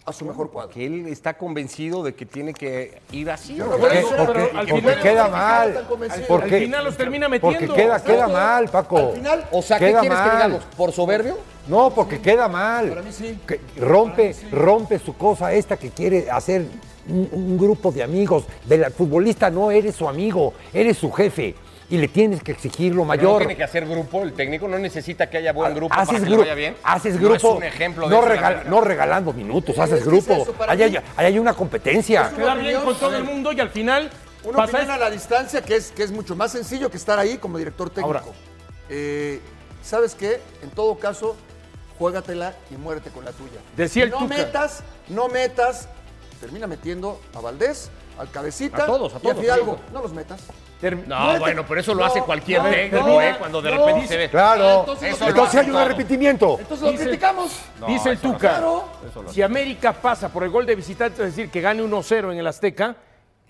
[SPEAKER 6] a su mejor cuadro.
[SPEAKER 8] Que él está convencido de que tiene que ir así.
[SPEAKER 6] Yo no creo que-
[SPEAKER 13] porque-
[SPEAKER 6] pero
[SPEAKER 13] porque
[SPEAKER 6] al final los
[SPEAKER 13] queda
[SPEAKER 6] mexicanos
[SPEAKER 13] mal.
[SPEAKER 6] están convencidos.
[SPEAKER 13] Porque-
[SPEAKER 6] Al final los termina metiendo.
[SPEAKER 13] Porque queda,
[SPEAKER 6] ¿Sabes
[SPEAKER 13] queda
[SPEAKER 6] qué?
[SPEAKER 13] mal, Paco.
[SPEAKER 6] Al final-
[SPEAKER 8] O sea, ¿qué
[SPEAKER 13] Queda
[SPEAKER 8] quieres que
[SPEAKER 13] mal.
[SPEAKER 8] digamos? ¿Por soberbio?
[SPEAKER 13] No, porque queda mal.
[SPEAKER 6] Para mí sí.
[SPEAKER 13] Que rompe, rompe su cosa esta que quiere hacer un, un grupo de amigos. Del futbolista no eres su amigo, eres su jefe. Y le tienes que exigir
[SPEAKER 8] Pero
[SPEAKER 13] lo
[SPEAKER 8] No
[SPEAKER 13] mayor. Ah,
[SPEAKER 8] tiene que hacer grupo, el técnico no necesita que haya buen grupo para
[SPEAKER 13] haces
[SPEAKER 8] que le
[SPEAKER 13] grupo,
[SPEAKER 8] vaya bien.
[SPEAKER 13] haces
[SPEAKER 8] No
[SPEAKER 13] grupo,
[SPEAKER 8] es un ejemplo de
[SPEAKER 13] no,
[SPEAKER 8] eso, la
[SPEAKER 13] regal-
[SPEAKER 8] verdad.
[SPEAKER 13] no regalando minutos,
[SPEAKER 8] Es
[SPEAKER 13] haces
[SPEAKER 8] que es
[SPEAKER 13] grupo,
[SPEAKER 8] eso, para
[SPEAKER 13] ahí,
[SPEAKER 8] mí.
[SPEAKER 13] hay, ahí hay una competencia.
[SPEAKER 4] Quedar bien con todo el mundo
[SPEAKER 6] y al final. Una
[SPEAKER 4] pasa
[SPEAKER 6] opinión
[SPEAKER 4] esto.
[SPEAKER 6] a la distancia que es, que es mucho más sencillo que estar ahí como director técnico.
[SPEAKER 4] Ahora.
[SPEAKER 6] Eh, ¿Sabes qué? En todo caso, juégatela y muérete con la tuya.
[SPEAKER 9] Decía el
[SPEAKER 6] No
[SPEAKER 9] Tuca.
[SPEAKER 6] metas, no metas. Termina metiendo a Valdés, al Cabecita.
[SPEAKER 8] A todos, a
[SPEAKER 6] Y
[SPEAKER 8] todos,
[SPEAKER 6] a Fidalgo.
[SPEAKER 8] sí.
[SPEAKER 6] No los metas.
[SPEAKER 8] No,
[SPEAKER 6] Muérete.
[SPEAKER 8] bueno, pero eso lo hace cualquier
[SPEAKER 6] no,
[SPEAKER 8] técnico,
[SPEAKER 6] no,
[SPEAKER 8] ¿eh? Cuando de
[SPEAKER 6] no.
[SPEAKER 8] repente se ve.
[SPEAKER 13] Claro,
[SPEAKER 6] Ah,
[SPEAKER 13] entonces,
[SPEAKER 6] entonces lo
[SPEAKER 13] hay un arrepentimiento.
[SPEAKER 6] Entonces lo
[SPEAKER 9] Dice-
[SPEAKER 6] criticamos.
[SPEAKER 9] No, Dice el
[SPEAKER 6] eso no
[SPEAKER 9] Tuca,
[SPEAKER 6] se hace.
[SPEAKER 8] Eso no se
[SPEAKER 9] si América pasa por el gol de visitante, es decir, que gane 1-0 en el Azteca,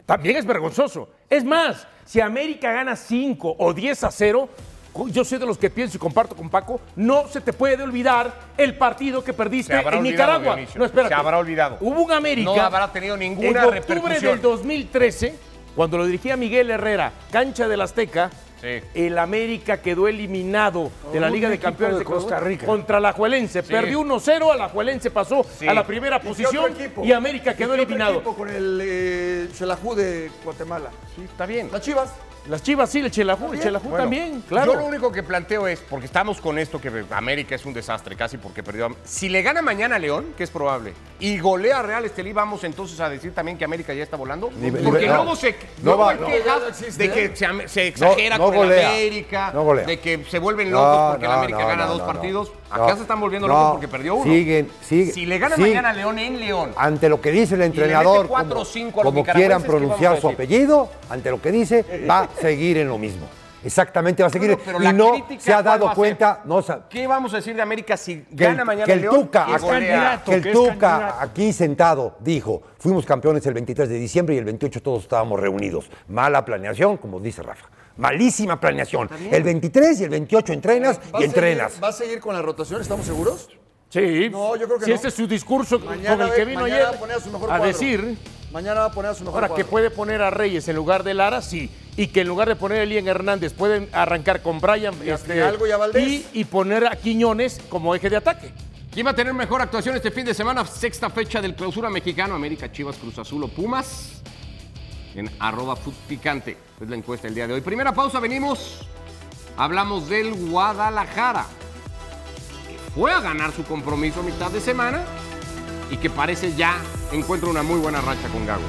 [SPEAKER 9] también es vergonzoso. Es más, si América gana 5 o 10 a 0, co- yo soy de los que pienso y comparto con Paco, no se te puede olvidar el partido que perdiste
[SPEAKER 8] Se habrá
[SPEAKER 9] en
[SPEAKER 8] olvidado,
[SPEAKER 9] Nicaragua.
[SPEAKER 8] Dionisio.
[SPEAKER 9] No, espérate.
[SPEAKER 8] Se habrá olvidado.
[SPEAKER 9] Hubo un América.
[SPEAKER 8] No habrá tenido ninguna
[SPEAKER 9] En octubre
[SPEAKER 8] repercusión.
[SPEAKER 9] del 2013, cuando lo dirigía Miguel Herrera, cancha del Azteca,
[SPEAKER 8] Sí.
[SPEAKER 9] el América quedó eliminado de
[SPEAKER 6] Oh,
[SPEAKER 9] la
[SPEAKER 8] Un
[SPEAKER 9] Liga de
[SPEAKER 8] equipo
[SPEAKER 9] Campeones
[SPEAKER 8] de
[SPEAKER 9] de Costa
[SPEAKER 8] Costa
[SPEAKER 9] Rica
[SPEAKER 8] Rica.
[SPEAKER 9] contra la Juelense.
[SPEAKER 8] Sí.
[SPEAKER 9] Perdió 1-0, Alajuelense pasó
[SPEAKER 8] Sí.
[SPEAKER 9] a la primera
[SPEAKER 6] ¿Y qué
[SPEAKER 9] posición
[SPEAKER 6] otro equipo?
[SPEAKER 9] y América
[SPEAKER 6] ¿Y
[SPEAKER 9] quedó
[SPEAKER 6] qué otro
[SPEAKER 9] eliminado.
[SPEAKER 6] equipo con el eh, Chelajú de Guatemala? Sí, está
[SPEAKER 8] bien.
[SPEAKER 6] Las Chivas.
[SPEAKER 9] Las Chivas sí, el Chelajú, el Chelajú
[SPEAKER 8] Bueno,
[SPEAKER 9] también, claro.
[SPEAKER 8] Yo lo único que planteo es, porque estamos con esto que América es un desastre casi porque perdió. a- Si le gana mañana a León, que es probable, y golea a Real Estelí, vamos entonces a decir también que América ya está volando.
[SPEAKER 13] Ni- ni-
[SPEAKER 8] porque
[SPEAKER 13] no.
[SPEAKER 8] luego se,
[SPEAKER 13] No
[SPEAKER 8] luego
[SPEAKER 13] va,
[SPEAKER 8] hay
[SPEAKER 13] no.
[SPEAKER 8] quejas
[SPEAKER 13] Ya no existe,
[SPEAKER 8] de que
[SPEAKER 13] ¿eh?
[SPEAKER 8] se, am- se exagera
[SPEAKER 13] No, no
[SPEAKER 8] con el
[SPEAKER 13] golea.
[SPEAKER 8] América,
[SPEAKER 13] No golea.
[SPEAKER 8] de que se vuelven locos
[SPEAKER 13] No,
[SPEAKER 8] porque
[SPEAKER 13] no,
[SPEAKER 8] el América
[SPEAKER 13] no,
[SPEAKER 8] gana
[SPEAKER 13] no,
[SPEAKER 8] dos
[SPEAKER 13] no,
[SPEAKER 8] partidos.
[SPEAKER 13] no.
[SPEAKER 8] Acá se están volviendo
[SPEAKER 13] No,
[SPEAKER 8] locos porque perdió uno.
[SPEAKER 13] siguen, siguen,
[SPEAKER 8] Si le gana
[SPEAKER 13] siguen.
[SPEAKER 8] mañana a León en León.
[SPEAKER 13] Ante lo que dice el
[SPEAKER 8] Y le mete
[SPEAKER 13] entrenador,
[SPEAKER 8] cuatro o
[SPEAKER 13] como,
[SPEAKER 8] cinco a los
[SPEAKER 13] como
[SPEAKER 8] nicaragüenses,
[SPEAKER 13] quieran
[SPEAKER 8] ¿qué vamos
[SPEAKER 13] pronunciar
[SPEAKER 8] a
[SPEAKER 13] su
[SPEAKER 8] decir?
[SPEAKER 13] apellido, ante lo que dice, va a seguir en lo mismo. Exactamente, va a seguir.
[SPEAKER 8] pero
[SPEAKER 13] y
[SPEAKER 8] la
[SPEAKER 13] no
[SPEAKER 8] crítica,
[SPEAKER 13] se ha
[SPEAKER 8] ¿cuál va a
[SPEAKER 13] dado
[SPEAKER 8] ser?
[SPEAKER 13] cuenta, no se ha-
[SPEAKER 8] ¿Qué vamos a decir de América si
[SPEAKER 13] que
[SPEAKER 8] gana
[SPEAKER 13] el,
[SPEAKER 8] mañana
[SPEAKER 13] que el
[SPEAKER 8] León?
[SPEAKER 13] Tuca,
[SPEAKER 8] y
[SPEAKER 13] aquí,
[SPEAKER 8] golea?
[SPEAKER 13] que el Tuca aquí sentado dijo, fuimos campeones el 23 de diciembre y el 28 todos estábamos reunidos. Mala planeación, como dice Rafa. Malísima planeación. El 23 y el 28 entrenas
[SPEAKER 6] ¿Va
[SPEAKER 13] y
[SPEAKER 6] a
[SPEAKER 13] entrenas.
[SPEAKER 6] seguir- ¿Va a seguir con la rotación? ¿Estamos seguros?
[SPEAKER 9] Sí.
[SPEAKER 6] No, yo creo que
[SPEAKER 9] si
[SPEAKER 6] no.
[SPEAKER 9] este es su discurso con el
[SPEAKER 6] ve-
[SPEAKER 9] que vino
[SPEAKER 6] mañana
[SPEAKER 9] ayer
[SPEAKER 6] va a poner a su mejor
[SPEAKER 9] a
[SPEAKER 6] cuadro.
[SPEAKER 9] decir...
[SPEAKER 6] Mañana va a poner a su mejor
[SPEAKER 9] Ahora, que
[SPEAKER 6] cuadro.
[SPEAKER 9] puede poner a Reyes en lugar de Lara, sí. Y que en lugar de poner a Elian Hernández, pueden arrancar con Brian
[SPEAKER 6] a Fidalgo y a Valdés.
[SPEAKER 9] y- y poner a Quiñones como eje de ataque.
[SPEAKER 8] ¿Quién va a tener mejor actuación este fin de semana? Sexta fecha del clausura mexicano, América, Chivas, Cruz Azul o Pumas. En arroba picante es la encuesta el día de hoy. Primera pausa, venimos. Hablamos del Guadalajara. que Fue a ganar su compromiso a mitad de semana y que parece ya encuentra una muy buena racha con Gago.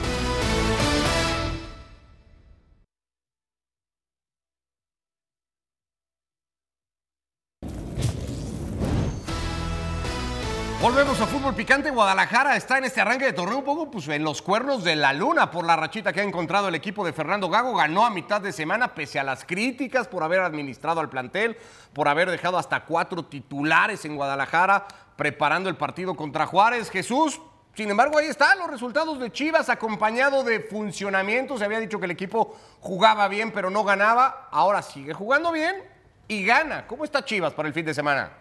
[SPEAKER 8] Volvemos a Fútbol Picante. Guadalajara está en este arranque de torneo un poco pues, en los cuernos de la luna por la rachita que ha encontrado el equipo de Fernando Gago. Ganó a mitad de semana pese a las críticas por haber administrado al plantel, por haber dejado hasta cuatro titulares en Guadalajara preparando el partido contra Juárez. Jesús, sin embargo, ahí están los resultados de Chivas acompañado de funcionamiento. Se había dicho que el equipo jugaba bien pero no ganaba. Ahora sigue jugando bien y gana. ¿Cómo está Chivas para el fin de semana?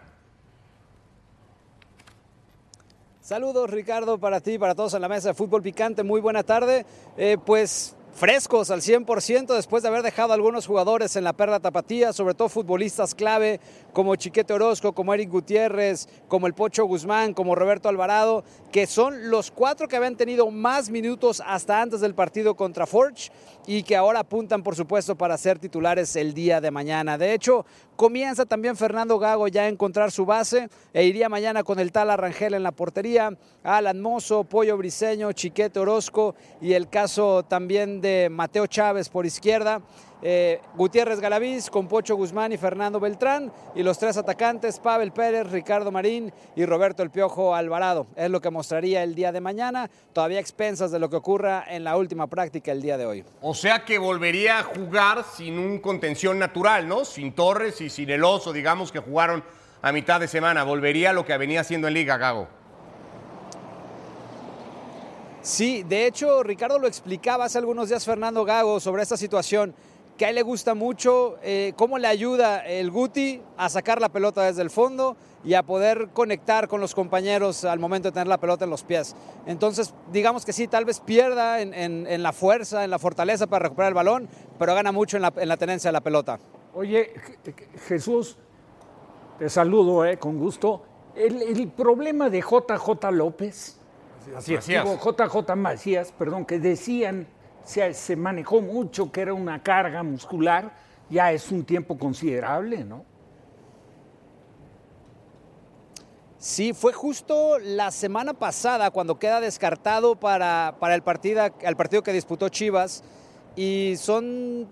[SPEAKER 14] Saludos Ricardo para ti, para todos en la mesa de fútbol picante, muy buena tarde. Eh, pues frescos al 100% después de haber dejado a algunos jugadores en la perla tapatía, sobre todo futbolistas clave como Chiquete Orozco, como Eric Gutiérrez, como el Pocho Guzmán, como Roberto Alvarado, que son los cuatro que habían tenido más minutos hasta antes del partido contra Forge y que ahora apuntan por supuesto para ser titulares el día de mañana. De hecho, comienza también Fernando Gago ya a encontrar su base e iría mañana con el tal Arrangel en la portería, Alan Mozo, Pollo Briseño, Chiquete Orozco y el caso también de Mateo Chávez por izquierda. eh, Gutiérrez Galaviz con Pocho Guzmán y Fernando Beltrán y los tres atacantes Pavel Pérez, Ricardo Marín y Roberto El Piojo Alvarado. Es lo que mostraría el día de mañana, todavía a expensas de lo que ocurra en la última práctica el día de hoy.
[SPEAKER 8] O sea que volvería a jugar sin un contención natural, ¿no? Sin Torres y sin el oso, digamos, que jugaron a mitad de semana. Volvería a lo que venía haciendo en Liga, Gago.
[SPEAKER 14] Sí, de hecho, Ricardo lo explicaba hace algunos días Fernando Gago sobre esta situación, que a él le gusta mucho, eh, cómo le ayuda el Guti a sacar la pelota desde el fondo y a poder conectar con los compañeros al momento de tener la pelota en los pies. Entonces, digamos que sí, tal vez pierda en, en- en la fuerza, en la fortaleza para recuperar el balón, pero gana mucho en la, en la tenencia de la pelota.
[SPEAKER 12] Oye, Je- Je- Jesús, te saludo eh, con gusto. El, el problema de JJ López,
[SPEAKER 8] Así es. Macías.
[SPEAKER 12] digo, JJ Macías, perdón, que decían, se, se manejó mucho, que era una carga muscular, ya es un tiempo considerable, ¿no?
[SPEAKER 14] Sí, fue justo la semana pasada cuando queda descartado para, para el, partida, el partido que disputó Chivas y son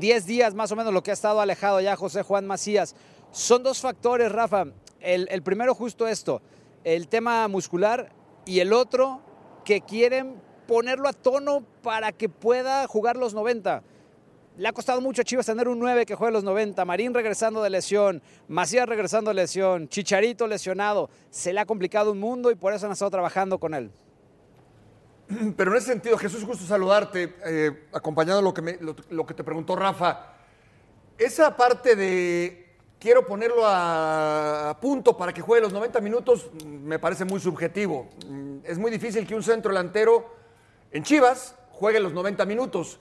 [SPEAKER 14] 10 días más o menos lo que ha estado alejado ya José Juan Macías. Son dos factores, Rafa. El, el primero justo esto, el tema muscular y el otro que quieren ponerlo a tono para que pueda jugar los 90. Le ha costado mucho a Chivas tener un 9 que juegue los 90. Marín regresando de lesión. Macías regresando de lesión. Chicharito lesionado. Se le ha complicado un mundo y por eso han estado trabajando con él.
[SPEAKER 6] Pero en ese sentido, Jesús, gusto saludarte, eh, acompañado de lo que, me- lo- lo que te preguntó Rafa. Esa parte de quiero ponerlo a, a punto para que juegue los 90 minutos mm, me parece muy subjetivo. Mm, Es muy difícil que un centro delantero en Chivas juegue los 90 minutos.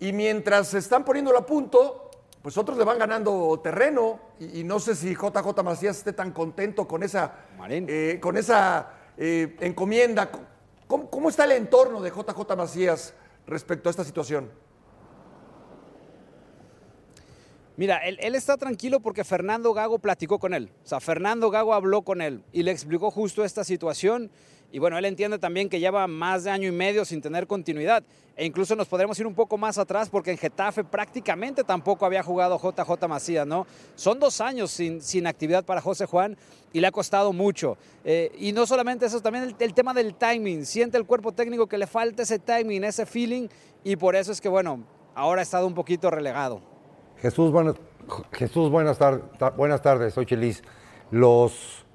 [SPEAKER 6] Y mientras se están poniéndolo a punto, pues otros le van ganando terreno. Y, y no sé si JJ Macías esté tan contento con esa, eh, con esa eh, encomienda. ¿Cómo, cómo está el entorno de JJ Macías respecto a esta situación?
[SPEAKER 14] Mira, él, él está tranquilo porque Fernando Gago platicó con él. O sea, Fernando Gago habló con él y le explicó justo esta situación. Y bueno, él entiende también que lleva más de año y medio sin tener continuidad. E incluso nos podremos ir un poco más atrás porque en Getafe prácticamente tampoco había jugado JJ Macías, ¿no? Son dos años sin, sin actividad para José Juan y le ha costado mucho. Eh, y no solamente eso, también el, el tema del timing. Siente el cuerpo técnico que le falta ese timing, ese feeling. Y por eso es que, bueno, ahora ha estado un poquito relegado.
[SPEAKER 13] Jesús, buenas, Jesús, buenas, tar- ta- buenas tardes, soy Chelis. Los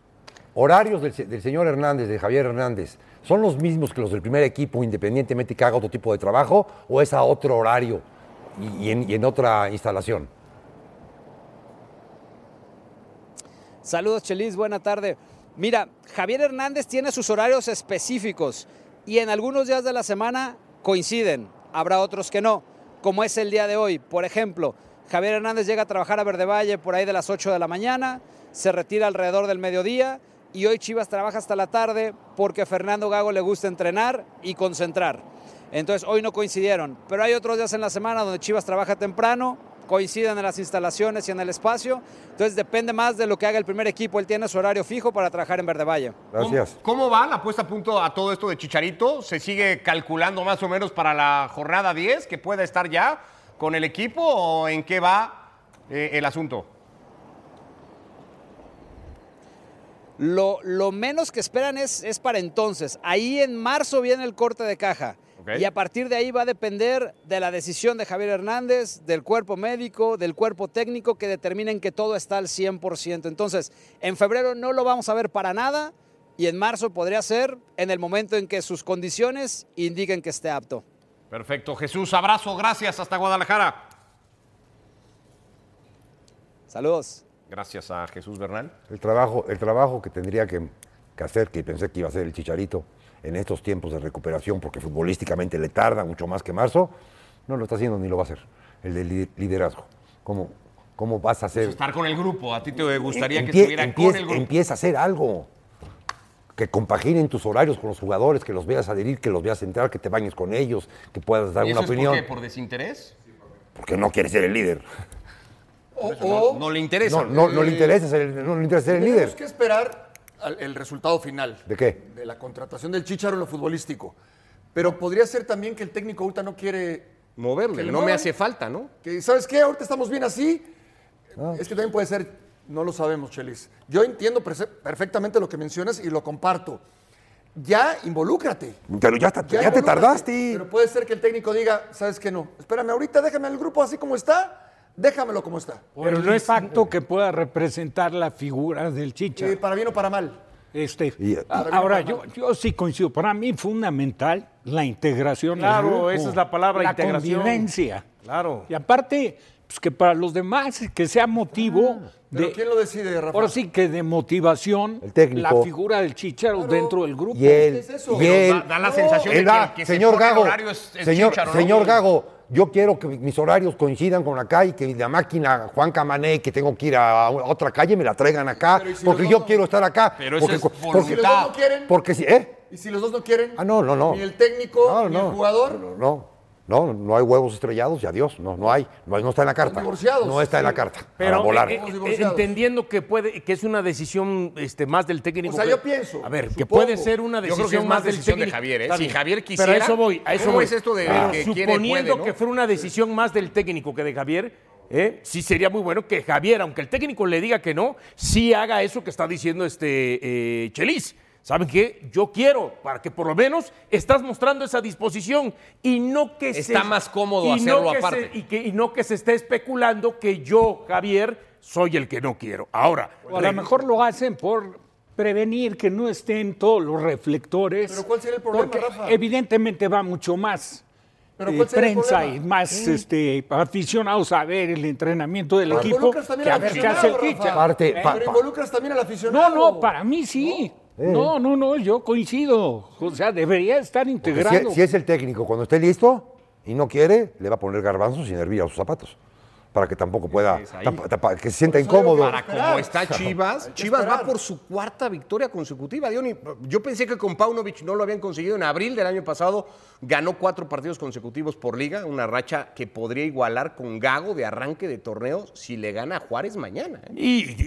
[SPEAKER 13] horarios del, se- del señor Hernández, de Javier Hernández, ¿son los mismos que los del primer equipo, independientemente que haga otro tipo de trabajo, o es a otro horario y, y en, y en otra Ah, instalación?
[SPEAKER 14] Saludos, Chelis, buena tarde. Mira, Javier Hernández tiene sus horarios específicos y en algunos días de la semana coinciden, habrá otros que no, como es el día de hoy. Por ejemplo, Javier Hernández llega a trabajar a Verde Valle por ahí de las 8 de la mañana, se retira alrededor del mediodía y hoy Chivas trabaja hasta la tarde porque a Fernando Gago le gusta entrenar y concentrar. Entonces hoy no coincidieron, pero hay otros días en la semana donde Chivas trabaja temprano, coincidan en las instalaciones y en el espacio. Entonces depende más de lo que haga el primer equipo. Él tiene su horario fijo para trabajar en Verde Valle.
[SPEAKER 13] Gracias.
[SPEAKER 8] ¿Cómo va la puesta a punto a todo esto de Chicharito? ¿Se sigue calculando más o menos para la jornada 10 que pueda estar ya con el equipo o en qué va eh, el asunto?
[SPEAKER 14] Lo, lo menos que esperan es, es para entonces. Ahí en marzo viene el corte de caja.
[SPEAKER 8] Ok.
[SPEAKER 14] Y a partir de ahí va a depender de la decisión de Javier Hernández, del cuerpo médico, del cuerpo técnico, que determinen que todo está al 100%. Entonces, en febrero no lo vamos a ver para nada y en marzo podría ser en el momento en que sus condiciones indiquen que esté apto.
[SPEAKER 8] Perfecto, Jesús, abrazo, gracias, hasta Guadalajara.
[SPEAKER 14] Saludos.
[SPEAKER 8] Gracias a Jesús Bernal.
[SPEAKER 13] El trabajo, el trabajo que tendría que, que hacer, que pensé que iba a hacer el Chicharito en estos tiempos de recuperación, porque futbolísticamente le tarda mucho más que marzo, no lo está haciendo ni lo va a hacer. El de li- liderazgo. ¿Cómo, cómo vas a hacer?
[SPEAKER 8] Estar con el grupo, a ti te gustaría que
[SPEAKER 13] Empie-
[SPEAKER 8] estuviera con
[SPEAKER 13] empieza-
[SPEAKER 8] el grupo.
[SPEAKER 13] Empieza a hacer algo. Que compaginen tus horarios con los jugadores, que los veas adherir, que los veas entrar, que te bañes con ellos, que puedas dar
[SPEAKER 8] ¿Y
[SPEAKER 13] una
[SPEAKER 8] eso es
[SPEAKER 13] opinión.
[SPEAKER 8] ¿Por qué? ¿Por desinterés?
[SPEAKER 13] Porque no quiere ser el líder.
[SPEAKER 8] No, no le interesa.
[SPEAKER 13] No, no, no le interesa ser el, no le interesa ser el
[SPEAKER 6] Tenemos
[SPEAKER 13] líder.
[SPEAKER 6] que esperar al- el resultado final.
[SPEAKER 13] ¿De qué?
[SPEAKER 6] De la contratación del Chicharo en lo futbolístico. Pero podría ser también que el técnico ahorita no quiere...
[SPEAKER 8] Moverle,
[SPEAKER 6] que le
[SPEAKER 8] no me
[SPEAKER 6] muevan.
[SPEAKER 8] hace falta, ¿no?
[SPEAKER 6] Que, ¿Sabes qué? Ahorita estamos bien así. Es que también puede ser, no lo sabemos, Chelis. Yo entiendo perse- perfectamente lo que mencionas y lo comparto. Ya involúcrate.
[SPEAKER 13] Pero ya, está- ya te
[SPEAKER 6] involúcrate.
[SPEAKER 13] tardaste.
[SPEAKER 6] Pero puede ser que el técnico diga, ¿sabes qué? No, espérame, ahorita déjame el grupo así como está, déjamelo como está.
[SPEAKER 12] Pero no es facto que pueda representar la figura del Chicha.
[SPEAKER 6] Eh, para bien o para mal.
[SPEAKER 12] Este,
[SPEAKER 13] Y-
[SPEAKER 12] a- ahora, yo, yo sí coincido. Para mí fundamental la integración. del
[SPEAKER 9] Claro,
[SPEAKER 12] grupo.
[SPEAKER 9] esa es la palabra, integración.
[SPEAKER 12] convivencia. Claro. Y aparte, pues que para los demás, que sea motivo
[SPEAKER 13] Ah.
[SPEAKER 6] ¿Pero
[SPEAKER 12] de.
[SPEAKER 6] quién lo decide, Rafa?
[SPEAKER 12] Ahora sí que de motivación,
[SPEAKER 13] técnico.
[SPEAKER 12] la figura del chicharo dentro del grupo.
[SPEAKER 13] Y él, y él,
[SPEAKER 12] da, la sensación
[SPEAKER 13] él va, señor Gago, señor, señor Gago, yo quiero que mis horarios coincidan con acá y que la máquina Juan Camané, que tengo que ir a, a otra calle, me la traigan acá,
[SPEAKER 6] Pero, ¿y si
[SPEAKER 13] porque
[SPEAKER 6] los
[SPEAKER 13] yo
[SPEAKER 6] dos no?
[SPEAKER 13] quiero estar acá.
[SPEAKER 6] Pero eso
[SPEAKER 13] porque,
[SPEAKER 6] es
[SPEAKER 13] porque-
[SPEAKER 6] voluntad. ¿Y si los dos no quieren?
[SPEAKER 13] Porque si, ¿eh?
[SPEAKER 6] ¿Y si los dos no quieren?
[SPEAKER 13] Ah, no, no, no.
[SPEAKER 6] Ni el técnico, ni el
[SPEAKER 13] no.
[SPEAKER 6] jugador.
[SPEAKER 13] No, no. No, no hay huevos estrellados y adiós. No, no hay. No, hay- no está en la carta.
[SPEAKER 6] divorciados.
[SPEAKER 13] No está en la carta. Para
[SPEAKER 9] Pero
[SPEAKER 13] volar.
[SPEAKER 9] eh, eh, entendiendo que puede, que es una decisión este, más del técnico.
[SPEAKER 6] O sea,
[SPEAKER 9] que-
[SPEAKER 6] yo pienso,
[SPEAKER 9] A ver, que
[SPEAKER 6] supongo.
[SPEAKER 9] puede ser una
[SPEAKER 6] Yo creo
[SPEAKER 9] decisión
[SPEAKER 6] que es
[SPEAKER 9] más
[SPEAKER 6] más
[SPEAKER 9] del
[SPEAKER 6] decisión de
[SPEAKER 9] técnico.
[SPEAKER 6] Javier, ¿eh?
[SPEAKER 9] Está
[SPEAKER 6] Si
[SPEAKER 9] bien.
[SPEAKER 6] Javier
[SPEAKER 9] Pero a
[SPEAKER 6] quisiera,
[SPEAKER 9] eso voy, a eso
[SPEAKER 6] ¿cómo
[SPEAKER 9] voy.
[SPEAKER 6] es esto de
[SPEAKER 9] Pero
[SPEAKER 6] que quiere,
[SPEAKER 9] suponiendo
[SPEAKER 6] puede, no?
[SPEAKER 9] que fuera una decisión más del técnico que de Javier, ¿eh? sí sería muy bueno que Javier, aunque el técnico le diga que no, sí haga eso que está diciendo este eh, Chelis. ¿Saben qué? Yo quiero, para que por lo menos estás mostrando esa disposición y no que se-
[SPEAKER 8] Está más cómodo
[SPEAKER 9] y no
[SPEAKER 8] hacerlo
[SPEAKER 9] que se-
[SPEAKER 8] aparte.
[SPEAKER 9] y, que- y no que se esté especulando que yo, Javier, soy el que no quiero. Ahora, eh,
[SPEAKER 12] O a lo mejor lo hacen por prevenir que no estén todos los reflectores.
[SPEAKER 6] Pero ¿cuál sería el problema,
[SPEAKER 12] porque
[SPEAKER 6] Rafa?
[SPEAKER 12] Evidentemente va mucho más.
[SPEAKER 6] Pero
[SPEAKER 12] eh,
[SPEAKER 6] ¿cuál sería el
[SPEAKER 12] prensa y
[SPEAKER 6] problema?
[SPEAKER 12] más
[SPEAKER 6] Sí.
[SPEAKER 12] este, aficionados a ver el entrenamiento del
[SPEAKER 6] Pero
[SPEAKER 12] equipo
[SPEAKER 6] involucras también
[SPEAKER 12] que a
[SPEAKER 6] al
[SPEAKER 12] ver qué hace
[SPEAKER 6] aficionado,
[SPEAKER 12] el
[SPEAKER 6] Rafa.
[SPEAKER 12] Chicha.
[SPEAKER 13] Parte-
[SPEAKER 12] Eh,
[SPEAKER 13] pa-
[SPEAKER 6] Pero
[SPEAKER 13] pa-
[SPEAKER 6] involucras también al aficionado.
[SPEAKER 12] no, no, para mí sí. No, no, no, yo coincido. O sea, debería estar
[SPEAKER 13] Eh. Porque
[SPEAKER 12] integrado.
[SPEAKER 13] Pues Si, si es el técnico, cuando esté listo y no quiere, le va a poner garbanzos y nervios a sus zapatos. Para que tampoco pueda. tapa- tapa- que se sienta incómodo.
[SPEAKER 8] Para como está Chivas, Chivas va por su cuarta victoria consecutiva. Diony. Yo pensé que con Paunovic no lo habían conseguido. En abril del año pasado ganó cuatro partidos consecutivos por liga, una racha que podría igualar con Gago de arranque de torneo si le gana a Juárez mañana. ¿eh?
[SPEAKER 9] Y,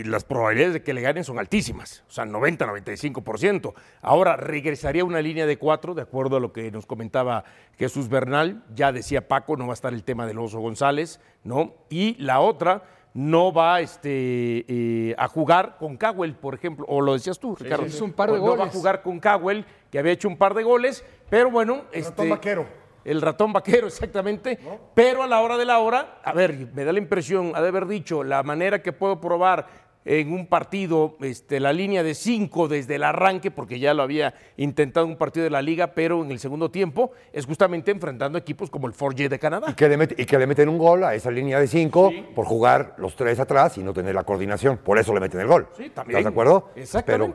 [SPEAKER 9] y las probabilidades de que le ganen son altísimas, o sea, 90-95%. Ahora regresaría a una línea de cuatro, de acuerdo a lo que nos comentaba Jesús Bernal. Ya decía Paco, no va a estar el tema del Oso González, ¿no? Y la otra no va este, eh, a jugar con Cowell, por ejemplo, o lo decías tú, Ricardo.
[SPEAKER 12] sí, sí. Un par de
[SPEAKER 9] O No va a
[SPEAKER 12] goles.
[SPEAKER 9] jugar con Cowell, que había hecho un par de goles, pero bueno. El
[SPEAKER 6] ratón vaquero.
[SPEAKER 9] El ratón vaquero, exactamente. Pero a la hora de la hora, a ver, me da la impresión, ha de haber dicho, la manera que puedo probar en un partido, este, la línea de cinco desde el arranque, porque ya lo había intentado en un partido de la liga, pero en el segundo tiempo, es justamente enfrentando equipos como el Forge de Canadá.
[SPEAKER 13] Que le mete- y que le meten un gol a esa línea de cinco por jugar los tres atrás y no tener la coordinación. Por eso le meten el gol.
[SPEAKER 9] Sí, también.
[SPEAKER 13] ¿Estás de acuerdo?
[SPEAKER 9] Exactamente,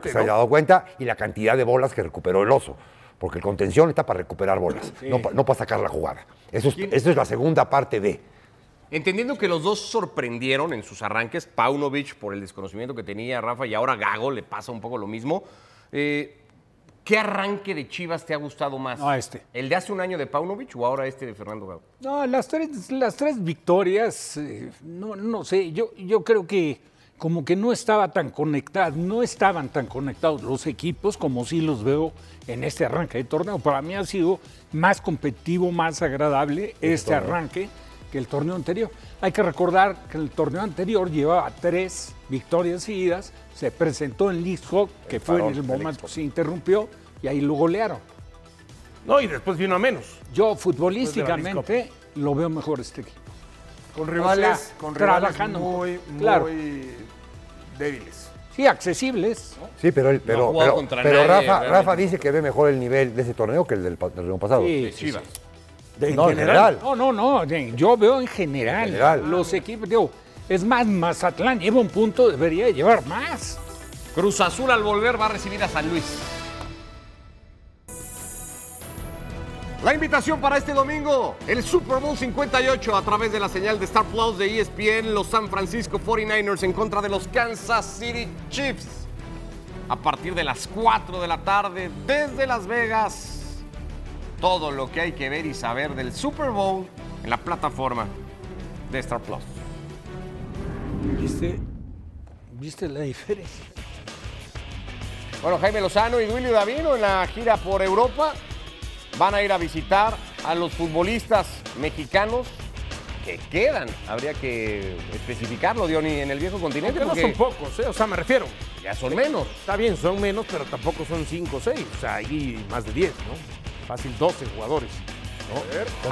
[SPEAKER 13] Pero que se
[SPEAKER 9] ¿no?
[SPEAKER 13] haya dado cuenta y la cantidad de bolas que recuperó el oso. Porque el contención está para recuperar bolas,
[SPEAKER 8] Sí.
[SPEAKER 13] no, pa- no para sacar la jugada. Eso es, eso es la segunda parte de.
[SPEAKER 8] Entendiendo que los dos sorprendieron en sus arranques, Paunovic por el desconocimiento que tenía Rafa y ahora Gago le pasa un poco lo mismo. eh, ¿Qué arranque de Chivas te ha gustado más?
[SPEAKER 12] No, este.
[SPEAKER 8] ¿El de hace un año de Paunovic o ahora este de Fernando Gago?
[SPEAKER 12] No, las tres, las tres victorias, eh, no, no sé, yo, yo creo que como que no estaba tan conectado, no estaban tan conectados los equipos como sí los veo en este arranque de torneo. Para mí ha sido más competitivo, más agradable este
[SPEAKER 13] torneo.
[SPEAKER 12] arranque que el torneo anterior. Hay que recordar que el torneo anterior llevaba tres victorias seguidas, se presentó en Leeds Hawk, que fue en
[SPEAKER 9] parón
[SPEAKER 12] el
[SPEAKER 9] del
[SPEAKER 12] momento que se interrumpió, y ahí lo golearon.
[SPEAKER 9] No, y después vino a menos.
[SPEAKER 12] Yo futbolísticamente lo veo mejor este equipo.
[SPEAKER 6] Con rivales,
[SPEAKER 12] O sea,
[SPEAKER 6] con rivales
[SPEAKER 12] trabajando.
[SPEAKER 6] muy, muy
[SPEAKER 12] Claro.
[SPEAKER 6] débiles.
[SPEAKER 12] Sí, accesibles.
[SPEAKER 13] Sí, pero, él- pero,
[SPEAKER 12] jugó
[SPEAKER 13] pero-
[SPEAKER 12] contra
[SPEAKER 13] pero
[SPEAKER 12] nadie,
[SPEAKER 13] Rafa,
[SPEAKER 12] realmente.
[SPEAKER 13] Rafa dice que ve mejor el nivel de ese torneo que el del pa- del torneo pasado.
[SPEAKER 12] Sí, De Chivas.
[SPEAKER 13] De- no, en general.
[SPEAKER 12] No, no, no. de- Yo veo en general.
[SPEAKER 13] En general.
[SPEAKER 12] Los equipos, digo, es más, Mazatlán lleva un punto, debería llevar más.
[SPEAKER 8] Cruz Azul al volver va a recibir a San Luis. La invitación para este domingo, el Super Bowl 58 a través de la señal de Star Plus de E ESPN, los San Francisco 49ers en contra de los Kansas City Chiefs. A partir de las 4 de la tarde desde Las Vegas, todo lo que hay que ver y saber del Super Bowl en la plataforma de Star Plus.
[SPEAKER 12] ¿Viste? ¿Viste la diferencia?
[SPEAKER 8] Bueno, Jaime Lozano y Duilio Davino en la gira por Europa van a ir a visitar a los futbolistas mexicanos que quedan. Habría que especificarlo, Diony, en el viejo continente. porque
[SPEAKER 9] Aunque no son pocos, ¿eh? o sea, me refiero.
[SPEAKER 8] Ya son menos.
[SPEAKER 9] Está bien, son menos, pero tampoco son 5 o 6. O sea, hay más de 10, ¿no? Fácil 12 jugadores.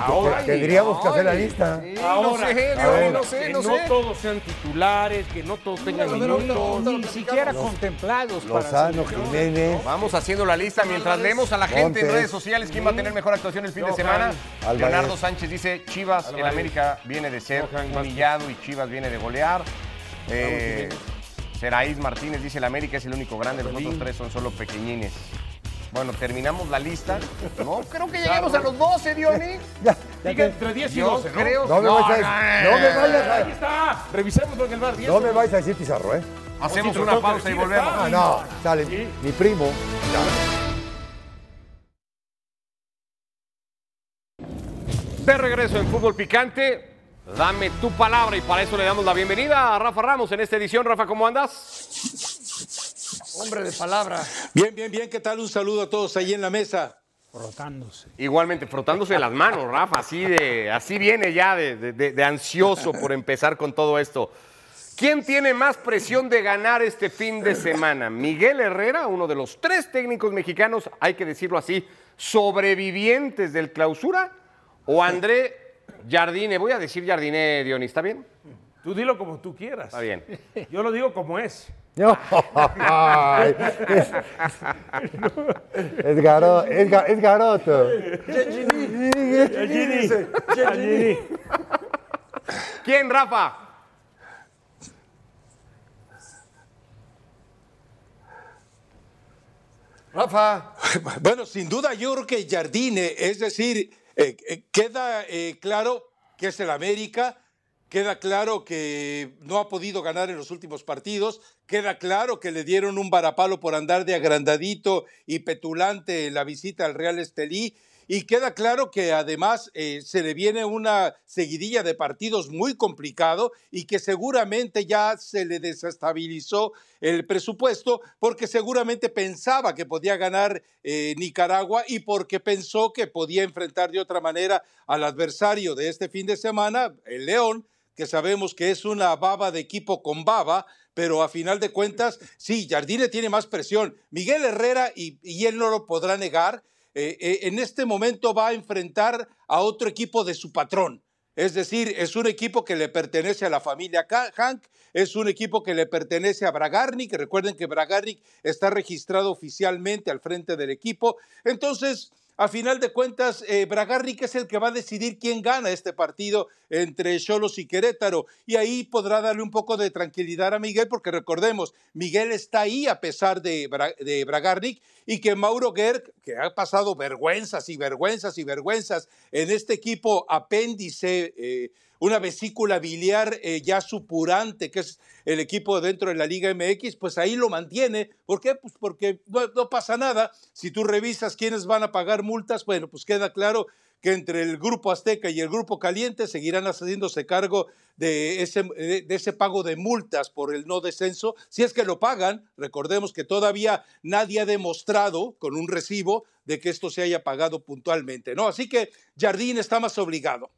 [SPEAKER 9] Ahora,
[SPEAKER 13] tendríamos que hacer la
[SPEAKER 9] oye,
[SPEAKER 13] lista.
[SPEAKER 9] sí,
[SPEAKER 13] Ahora,
[SPEAKER 9] no sé,
[SPEAKER 13] a
[SPEAKER 9] Diego,
[SPEAKER 13] ver.
[SPEAKER 9] no sé,
[SPEAKER 13] Que no
[SPEAKER 9] no sé. todos sean titulares, que no todos tengan minutos.
[SPEAKER 12] ni siquiera
[SPEAKER 13] Los-
[SPEAKER 12] contemplados.
[SPEAKER 13] Lozano, Jiménez.
[SPEAKER 8] Vamos haciendo la lista mientras leemos a la gente en
[SPEAKER 13] Montes.
[SPEAKER 8] redes sociales quién va a tener mejor actuación el fin de semana.
[SPEAKER 13] Álvarez.
[SPEAKER 8] Leonardo Sánchez dice, Chivas en
[SPEAKER 13] Álvarez.
[SPEAKER 8] América viene de ser humillado y Chivas viene de golear. Eh, Seraís Martínez dice, el América es el único grande, los otros tres son solo pequeñines. Bueno, terminamos la lista. No, creo que llegamos a los 12, Diony.
[SPEAKER 9] Diga entre 10 y
[SPEAKER 8] Yo
[SPEAKER 9] 12, ¿no?
[SPEAKER 8] creo-
[SPEAKER 13] No me
[SPEAKER 8] No,
[SPEAKER 13] vayas a- no me vayas a-
[SPEAKER 9] Ahí está. Revisémoslo en el bar. 10.
[SPEAKER 13] No me vais a decir Pizarro, ¿eh?
[SPEAKER 8] Hacemos una pausa y volvemos.
[SPEAKER 13] Ah, no, sale mi primo.
[SPEAKER 8] De regreso en Fútbol Picante, dame tu palabra y para eso le damos la bienvenida a Rafa Ramos en esta edición. Rafa, ¿cómo andas?
[SPEAKER 6] Hombre de palabra.
[SPEAKER 15] Bien, bien, bien. ¿Qué tal? Un saludo a todos ahí en la mesa.
[SPEAKER 12] Frotándose.
[SPEAKER 8] Igualmente, frotándose las manos, Rafa, así, de, así viene ya de, de- de- de ansioso por empezar con todo esto. ¿Quién tiene más presión de ganar este fin de semana? Miguel Herrera, uno de los tres técnicos mexicanos, hay que decirlo así, sobrevivientes del clausura, o André Jardine, voy a decir Jardine, Dionis, ¿está bien?
[SPEAKER 9] Tú dilo como tú quieras. Está
[SPEAKER 8] bien.
[SPEAKER 9] Yo lo digo como es.
[SPEAKER 13] Ay, es, es garo- es ga- es garoto.
[SPEAKER 9] Jardine. dice, Jardine.
[SPEAKER 8] ¿Quién, Rafa?
[SPEAKER 15] Rafa. Bueno, sin duda yo creo que Jardine, es decir, eh, eh, queda eh, claro que es el América, queda claro que no ha podido ganar en los últimos partidos, queda claro que le dieron un varapalo por andar de agrandadito y petulante en la visita al Real Estelí. Y queda claro que además eh, se le viene una seguidilla de partidos muy complicado y que seguramente ya se le desestabilizó el presupuesto porque seguramente pensaba que podía ganar eh, Nicaragua y porque pensó que podía enfrentar de otra manera al adversario de este fin de semana, el León, que sabemos que es una baba de equipo con baba, pero a final de cuentas, sí, Jardine tiene más presión. Miguel Herrera, y, y él no lo podrá negar, eh, eh, en este momento va a enfrentar a otro equipo de su patrón. Es decir, es un equipo que le pertenece a la familia Ca- Hank, es un equipo que le pertenece a Bragarnik. Recuerden que Bragarnik está registrado oficialmente al frente del equipo. Entonces, a final de cuentas, eh, Bragarnik es el que va a decidir quién gana este partido entre Cholos y Querétaro. Y ahí podrá darle un poco de tranquilidad a Miguel, porque recordemos, Miguel está ahí a pesar de, Bra- de Bragarnik y que Mauro Gerg, que ha pasado vergüenzas y vergüenzas y vergüenzas en este equipo apéndice. eh, una vesícula biliar eh, ya supurante, que es el equipo dentro de la Liga MX, pues ahí lo mantiene. ¿Por qué? Pues porque no, no pasa nada. Si tú revisas quiénes van a pagar multas, bueno, pues queda claro que entre el Grupo Azteca y el Grupo Caliente seguirán haciéndose cargo de ese, de ese pago de multas por el no descenso, si es que lo pagan. Recordemos que todavía nadie ha demostrado con un recibo de que esto se haya pagado puntualmente, ¿no? Así que Jardín está más obligado.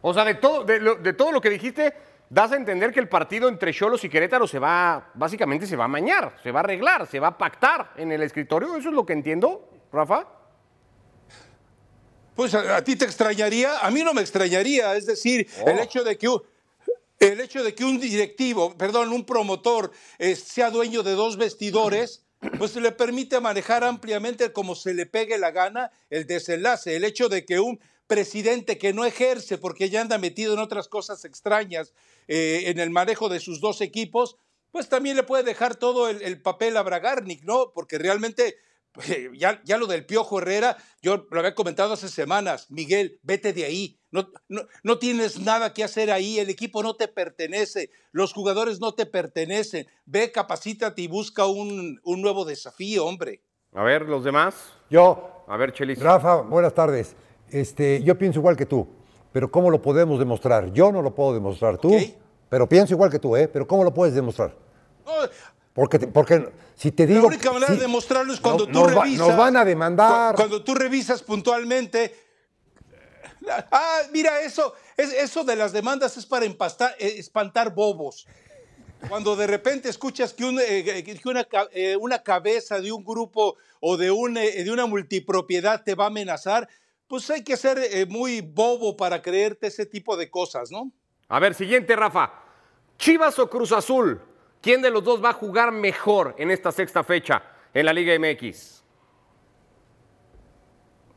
[SPEAKER 8] O sea, de todo, de, lo, de todo lo que dijiste, das a entender que el partido entre Cholos y Querétaro se va, básicamente se va a mañar, se va a arreglar, se va a pactar en el escritorio. ¿Eso es lo que entiendo, Rafa?
[SPEAKER 15] Pues a, a ti te extrañaría, a mí no me extrañaría, es decir, el hecho de que u- el hecho de que un directivo, perdón, un promotor eh, sea dueño de dos vestidores, pues le permite manejar ampliamente como se le pegue la gana el desenlace. El hecho de que un presidente que no ejerce porque ya anda metido en otras cosas extrañas eh, en el manejo de sus dos equipos, pues también le puede dejar todo el, el papel a Bragarnik, ¿no? Porque realmente eh, ya, ya lo del Piojo Herrera, yo lo había comentado hace semanas, Miguel, vete de ahí, no, no, no tienes nada que hacer ahí, el equipo no te pertenece, los jugadores no te pertenecen, ve, capacítate y busca un, un nuevo desafío, hombre.
[SPEAKER 8] A ver, los demás.
[SPEAKER 13] Yo.
[SPEAKER 8] A ver, Chelis.
[SPEAKER 13] Rafa, buenas tardes. Este, yo pienso igual que tú, pero ¿cómo lo podemos demostrar? Yo no lo puedo demostrar tú, pero pienso igual que tú, ¿eh? Pero ¿cómo lo puedes demostrar? Porque, te- porque si te digo...
[SPEAKER 15] eh. La única manera
[SPEAKER 13] si-
[SPEAKER 15] de demostrarlo es cuando
[SPEAKER 13] No-
[SPEAKER 15] tú
[SPEAKER 13] nos va-
[SPEAKER 15] revisas.
[SPEAKER 13] nos van a demandar.
[SPEAKER 15] cu- Cuando tú revisas puntualmente. Ah, mira, eso, es, eso de las demandas es para empastar- eh, espantar bobos. Cuando de repente escuchas que, un, eh, que una, ca- eh, una cabeza de un grupo o de, un, eh, de una multipropiedad te va a amenazar, pues hay que ser eh, muy bobo para creerte ese tipo de cosas, ¿no?
[SPEAKER 8] A ver, siguiente, Rafa. Chivas o Cruz Azul, ¿quién de los dos va a jugar mejor en esta sexta fecha en la Liga MX?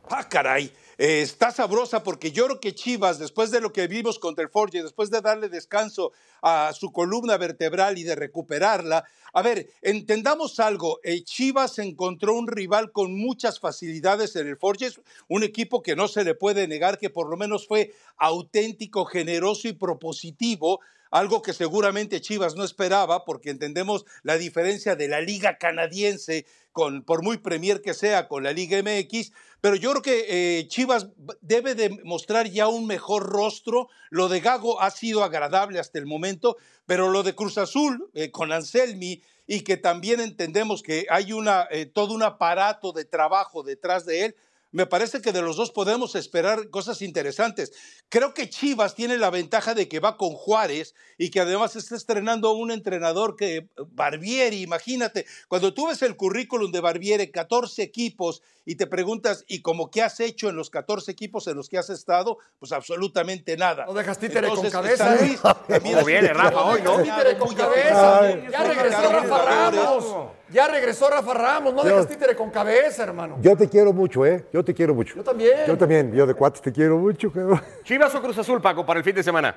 [SPEAKER 15] Ah, caray. eh, está sabrosa porque yo creo que Chivas, después de lo que vimos contra el Forge, después de darle descanso a su columna vertebral y de recuperarla, a ver, entendamos algo, eh, Chivas encontró un rival con muchas facilidades en el Forges, un equipo que no se le puede negar que por lo menos fue auténtico, generoso y propositivo, algo que seguramente Chivas no esperaba, porque entendemos la diferencia de la liga canadiense, con, por muy premier que sea, con la liga MX, pero yo creo que eh, Chivas debe de mostrar ya un mejor rostro, lo de Gago ha sido agradable hasta el momento, pero lo de Cruz Azul, eh, con Anselmi, y que también entendemos que hay una, eh, todo un aparato de trabajo detrás de él, me parece que de los dos podemos esperar cosas interesantes. Creo que Chivas tiene la ventaja de que va con Juárez y que además está estrenando un entrenador que eh, Barbieri, imagínate, cuando tú ves el currículum de Barbieri, 14 equipos y te preguntas, ¿y como qué has hecho en los 14 equipos en los que has estado? Pues absolutamente nada. No
[SPEAKER 6] dejas títere con cabeza, ¿eh?
[SPEAKER 8] Ah, Como viene Rafa hoy, ¿no?
[SPEAKER 6] Títere con cabeza.
[SPEAKER 15] Ay.
[SPEAKER 6] ya regresó Rafa Ramos. Ya regresó Rafa Ramos. No dejas títere con cabeza, hermano.
[SPEAKER 13] Yo te quiero mucho, ¿eh? Yo te quiero mucho.
[SPEAKER 6] Yo también.
[SPEAKER 13] Yo también. Yo de cuates te quiero mucho, cabrón.
[SPEAKER 8] ¿Chivas o Cruz Azul, Paco, para el fin de semana?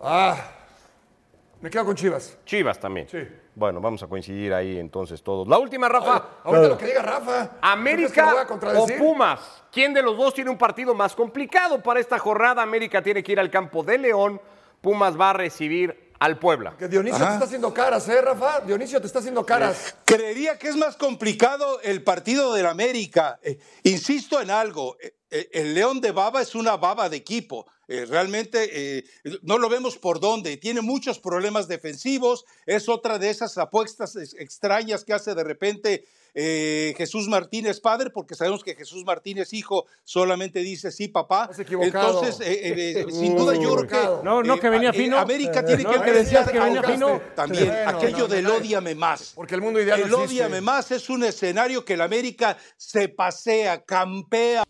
[SPEAKER 6] Ah, me quedo con Chivas.
[SPEAKER 8] Chivas también.
[SPEAKER 6] Sí.
[SPEAKER 8] Bueno, vamos a coincidir ahí entonces todos. La última, Rafa.
[SPEAKER 6] Ahorita lo que diga Rafa. ¿Tú crees que lo voy
[SPEAKER 8] América
[SPEAKER 6] a
[SPEAKER 8] o
[SPEAKER 6] contradecir?
[SPEAKER 8] Pumas. ¿Quién de los dos tiene un partido más complicado para esta jornada? América tiene que ir al campo de León. Pumas va a recibir al Puebla.
[SPEAKER 6] Que Dionisio te está haciendo caras, ¿eh, Rafa? Dionisio te está haciendo caras.
[SPEAKER 15] Creería que es más complicado el partido del América. Eh, insisto en algo, eh, eh, el León de Baba es una baba de equipo. Eh, realmente eh, no lo vemos por dónde. Tiene muchos problemas defensivos. Es otra de esas apuestas ex- extrañas que hace de repente eh, Jesús Martínez padre, porque sabemos que Jesús Martínez hijo solamente dice sí, papá.
[SPEAKER 6] equivocado.
[SPEAKER 15] Entonces, eh, eh, eh, sin duda yo creo que...
[SPEAKER 9] No, no, que venía
[SPEAKER 15] eh,
[SPEAKER 9] fino.
[SPEAKER 15] América tiene
[SPEAKER 9] No,
[SPEAKER 15] que
[SPEAKER 9] que decías
[SPEAKER 15] empezar
[SPEAKER 9] que
[SPEAKER 15] a
[SPEAKER 9] venía
[SPEAKER 15] buscar
[SPEAKER 9] fino.
[SPEAKER 15] También
[SPEAKER 9] Bueno,
[SPEAKER 15] aquello
[SPEAKER 9] no,
[SPEAKER 15] del ódiame más.
[SPEAKER 6] Porque el mundo ideal
[SPEAKER 15] El
[SPEAKER 6] no existe.
[SPEAKER 15] ódiame más es un escenario que el América se pasea, campea.